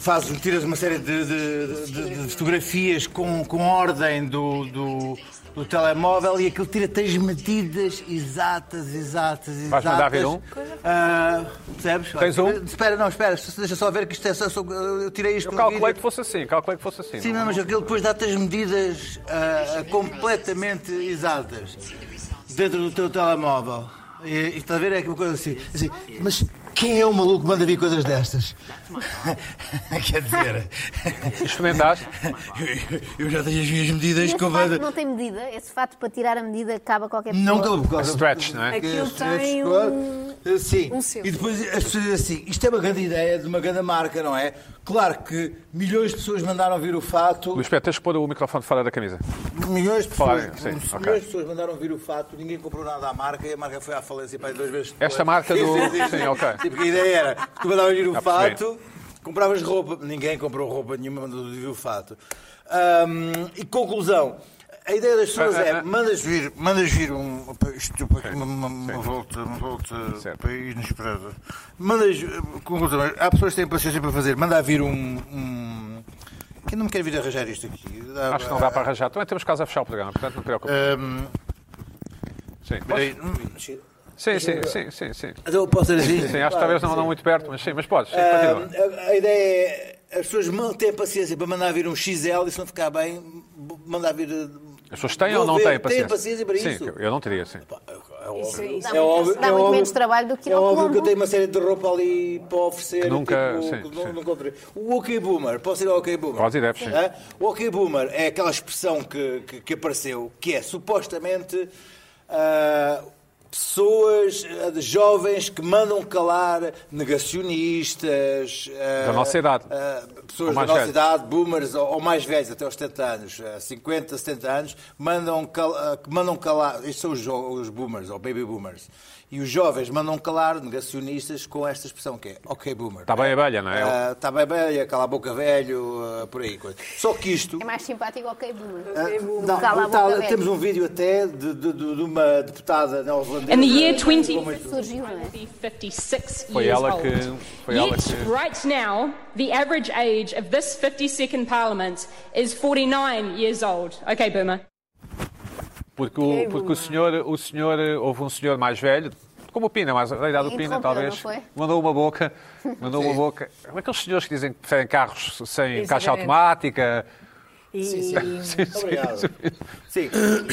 faz, tiras uma série de, de- de- de fotografias com, com ordem do, do, do telemóvel e aquilo tira-te as medidas exatas, exatas, exatas. Vais mandar ver um? Ah, percebes? Tens um? Espera, não, espera, deixa só ver que isto é só. só- Eu tirei isto Eu do calculei vídeo. que fosse assim, calculei que fosse assim. Sim, mas aquilo depois dá-te as medidas ah, ah, completamente exatas dentro do teu telemóvel. E, e está a ver? É uma coisa assim. assim, Mas quem é o maluco que manda vir coisas destas? [LAUGHS] Quer dizer, Experimentaste? [LAUGHS] eu já tenho as minhas medidas Esse com fato não tem medida? Esse fato para tirar a medida cabe a qualquer pessoa? Não, por causa Stretch, não é? Aquilo Stretch, tem claro. um- Eh, Sim. um selo. E depois as pessoas dizem assim: isto é uma grande ideia de uma grande marca, não é? Claro que milhões de pessoas mandaram vir o fato. Luís Pedro, tens que pôr o microfone fora da camisa. Milhões de pessoas, Falarem, sim, milhões ok. de pessoas mandaram vir o fato, ninguém comprou nada à marca e a marca foi à falência para aí duas vezes. Esta depois. marca do- sim, ok. Sim, porque a ideia era: tu mandavas vir o Já percebi. fato, compravas roupa, ninguém comprou roupa nenhuma, mandou vir o fato. Ahm, e conclusão. A ideia das pessoas Ah, ah, é, [LAUGHS] ah. mandas vir, mandas vir um. opa, Isto para aqui, uma, uma, uma sim. volta, uma volta Certo. país inesperada. Mandas. Conclusão, há pessoas que têm paciência para fazer. Manda vir um. um que não me quer vir arranjar isto aqui. Dá- Acho que não dá para arranjar. Também temos caso a fechar o programa, portanto não te preocupes. Ahm, Sim, peraí, podes? um minuto. sim, sim, sim, sim, sim. Então posso dizer assim? Sim, acho que talvez não andam muito perto, mas sim, mas podes. Sim, continua. Ah, a, a ideia é as pessoas mal têm paciência para mandar vir um XL e se não ficar bem, b- mandar vir eh, As pessoas têm Vou ou não ver, têm têm paciência? paciência para sim, isso? eu não teria, sim. É óbvio. isso é dá muito- óbvio, dá é muito óbvio- menos trabalho do que ir ao É óbvio que Colombo. eu tenho uma série de roupa ali para oferecer. Que nunca- tipo, sim, que sim. não, nunca ofereço. O OK Boomer, posso ir ao OK Boomer? Pode ir, deve, sim. Hã? O OK Boomer é aquela expressão que, que, que apareceu, que é supostamente ah, pessoas ah, de jovens que mandam calar negacionistas. ah, Da nossa idade. ah, Ou pessoas da mais nossa velhos. idade, boomers ou, ou mais velhos, até aos 70 anos, eh, 50, 70 anos, mandam, cal, eh, que mandam calar, estes são os, jo- os boomers ou baby boomers, e os jovens mandam calar negacionistas com esta expressão que é ok boomer. Está bem a abelha, não é? Está bem velha, cala a boca velho, eh, por aí. coisa. Só que isto. É mais simpático, ok, boomer. eh, não, Cala a tá- boca, velho. temos um vídeo até de, de- de- de uma deputada neozelandesa. In the year 20 Com muito- surgiu, não é? 56 Foi years ela old. que- foi ela Yet, que- right now, the average age of this 52nd Parliament is 49 years old. Okay, Boomer. Porque, o, porque o, senhor, o senhor, houve um senhor mais velho, como o Pina, mais da idade do Pina, Interrompeu, talvez, não foi? mandou uma [LAUGHS] boca, mandou uma boca. Aqueles senhores que dizem que preferem carros sem caixa Exatamente. automática. Sim, sim. Obrigado. Sim.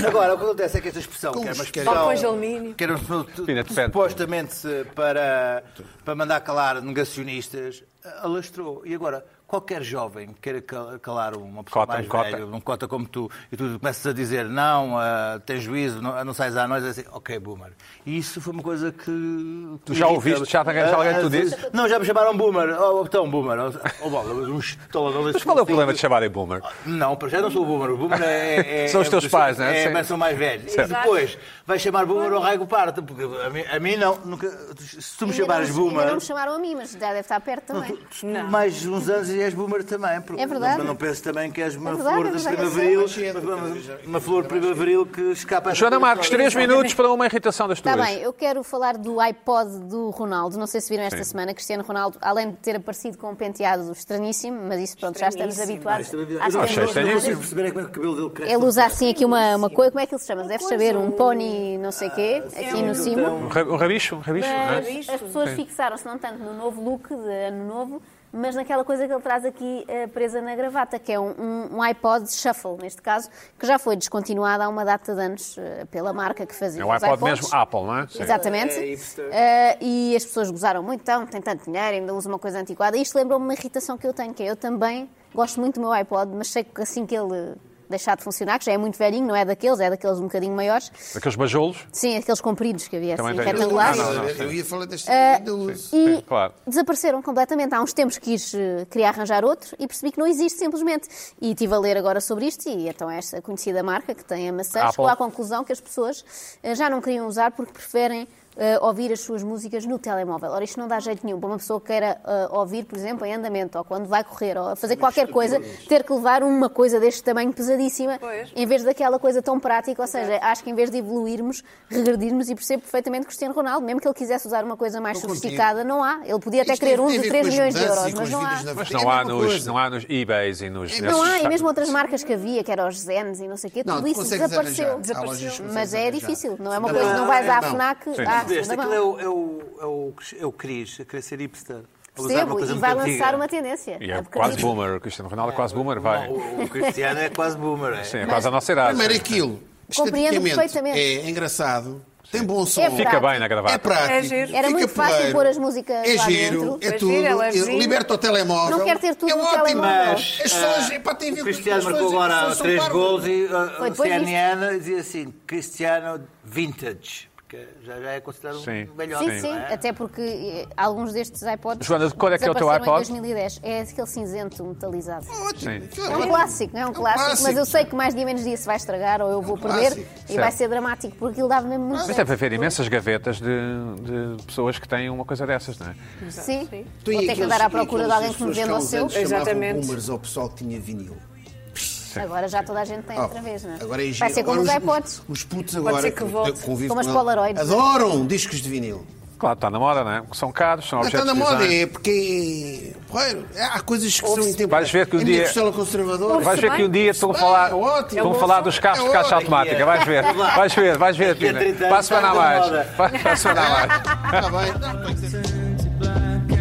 Agora, o que acontece é que esta expressão, que era uma Balcões de expressão alumínio. que era su- Pina, depende. supostamente se- para, para mandar calar negacionistas, eh, alastrou. E agora, qualquer jovem que queira cal- calar uma pessoa Cota, mais um cota. velha, um cota como tu, e tu começas a dizer, não, ah, tens juízo, não, não sais à nós, é assim, ok, boomer. E isso foi uma coisa que... Tu já irrita-me. ouviste? Já te arranjaste Ah, alguém que tu às dizes? vezes- Não, já me chamaram boomer. Oh, então, boomer. Oh, bola, uns toladores. Mas qual é o problema de chamarem boomer? Não, para já não sou o Boomer. O Boomer é. é- [LAUGHS] São os é- teus pais, não é? é? Sim. mas são mais velhos. Certo. E depois vai chamar Boomer ao Raigo Parta, porque a mim, a mim não. Nunca, se Ainda tu me não- chamares Boomer. ainda não me chamaram a mim, mas já deve estar perto também. tu Mais uns anos e és boomer também, porque É verdade. não, não penso também que és uma É verdade, flor é de verdade. primaveril, uma, uma flor de primaveril que escapa a Joana Marques, três minutos para uma irritação das Está tuas. Tá bem, eu quero falar do iPod do Ronaldo. Não sei se viram esta Sim. semana. Cristiano Ronaldo, além de ter aparecido com um penteado estranhíssimo, mas isso pronto, já estamos Estranhíssimo. Ah, habituados. às é Eu achei não consigo estranho. penteadas. perceber é como é que o cabelo dele cresce. Ah, Ele usa assim aqui uma, uma coisa, como é que ele se chama? Deves saber, um pony não sei quê, aqui Então, no cimo. Um ra- um rabicho? Um rabicho? não é? Mas as pessoas fixaram-se não tanto no novo look de ano novo, mas naquela coisa que ele traz aqui eh, presa na gravata, que é um, um, um iPod Shuffle, neste caso, que já foi descontinuado há uma data de anos eh, pela marca que fazia. É um os iPod iPods. mesmo Apple, não é? Sim. Exatamente. É hipster. Eh, e as pessoas gozaram muito, então, tem tanto dinheiro, ainda usa uma coisa antiquada. E Isto lembrou-me uma irritação que eu tenho, que é eu também gosto muito do meu iPod, mas sei que assim que ele deixar de funcionar, que já é muito velhinho, não é daqueles, é daqueles um bocadinho maiores. Aqueles bajolos? Sim, aqueles compridos que havia assim, Também tenho. retangulares. Ah, não, não, Eu sim. ia falar deste Ah, ainda uso. Sim, E claro. desapareceram completamente. Há uns tempos quis, eh, queria arranjar outro e percebi que não existe simplesmente. E estive a ler agora sobre isto e então esta conhecida marca que tem a maçã Apple. chegou à conclusão que as pessoas eh, já não queriam usar porque preferem eh, ouvir as suas músicas no telemóvel. Ora, isto não dá jeito nenhum para uma pessoa que queira eh, ouvir, por exemplo, em andamento ou quando vai correr ou a fazer qualquer coisa, ter que levar uma coisa deste tamanho pesadíssima Pois. em vez daquela coisa tão prática, ou seja, acho que em vez de evoluirmos, regredirmos e percebo perfeitamente Cristiano Ronaldo, mesmo que ele quisesse usar uma coisa mais Estou contigo. sofisticada, não há. Ele podia até Isto querer tem- uns tem a de ver 3 com as milhões de mudanças e euros, com mas as não há. vidas na Mas frente. não É a há, mesma nos, coisa. não há nos eBays e nos... Não nesses Não há, e sites. mesmo outras marcas que havia, que eram os Zens e não sei o quê, Não, tudo tu isso consegues desapareceu. arranjar. Há lojas que consegues Mas é arranjar. difícil, não é uma Não, coisa, não vais não. à FNAC, Sim. à Este, segunda aquele é mão. o, é, o, é, o, é o Cris, a querer ser hipster. A usar uma Percebo, coisa e muito vai antiga. lançar uma tendência. E é Acredito. quase boomer. O Cristiano Ronaldo é quase boomer, vai. O, o Cristiano é quase boomer, é? Sim, é quase a nossa idade. Primeiro aquilo. Compreendo esteticamente, perfeitamente. É engraçado. Tem bom som. prático. Fica bem na É gravata. prático. É giro. Era fica muito fácil porreiro, pôr as músicas É lá giro, dentro. é É tudo. giro, é levezinho. liberta o telemóvel. Não quer ter tudo é no ótimo. telemóvel. Mas, As pessoas, ah, epá, têm o vindo- Cristiano as pessoas- marcou as agora pessoas são três parvas. gols e ah, Foi o depois disto. CNN dizia assim, Cristiano vintage, porque já, já é considerado Sim. um melhor. Sim, sim, não é? até porque eh, alguns destes iPods Joana, de cor é que é o teu desapareceram iPod? em 2010. É aquele cinzento metalizado. Sim. Ótimo. Aquilo É um ótimo. clássico, não é um clássico, mas eu sei que mais dia menos dia se vai estragar ou eu vou perder É um clássico. e vai Certo. é ser dramático, porque ele dava mesmo muito Mas jeito. deve haver imensas gavetas de, de pessoas que têm uma coisa dessas, não é? Sim, Tu e vou ter que aqueles- andar à e procura de aquelas alguém que me pessoas venda o há uns seu. anos chamavam Exatamente. boomers ao pessoal que tinha vinil. Agora já toda a gente tem Ah, outra vez, não é? Agora é giro. Vai ser como Agora os os- iPods. Os, putos agora ser que volte. convivo Como as com ela, Polaroids. é? Adoram discos de vinil. Claro, está na moda, não é? Porque são caros, são Não está objetos na de moda, design. é porque. é Porreiro, há coisas que são intemporais. Vais ver que um A minha dia- costela conservadora. Vais ver que um dia estão a falar, é ótimo. estão a falar dos carros de caixa automática. Vais ver, vais ver, vais ver, Daqui a Pina. 30 anos Para a semana a está na mais. moda. Para a semana a mais. Está bem. Não, tem que ser. Turn to black.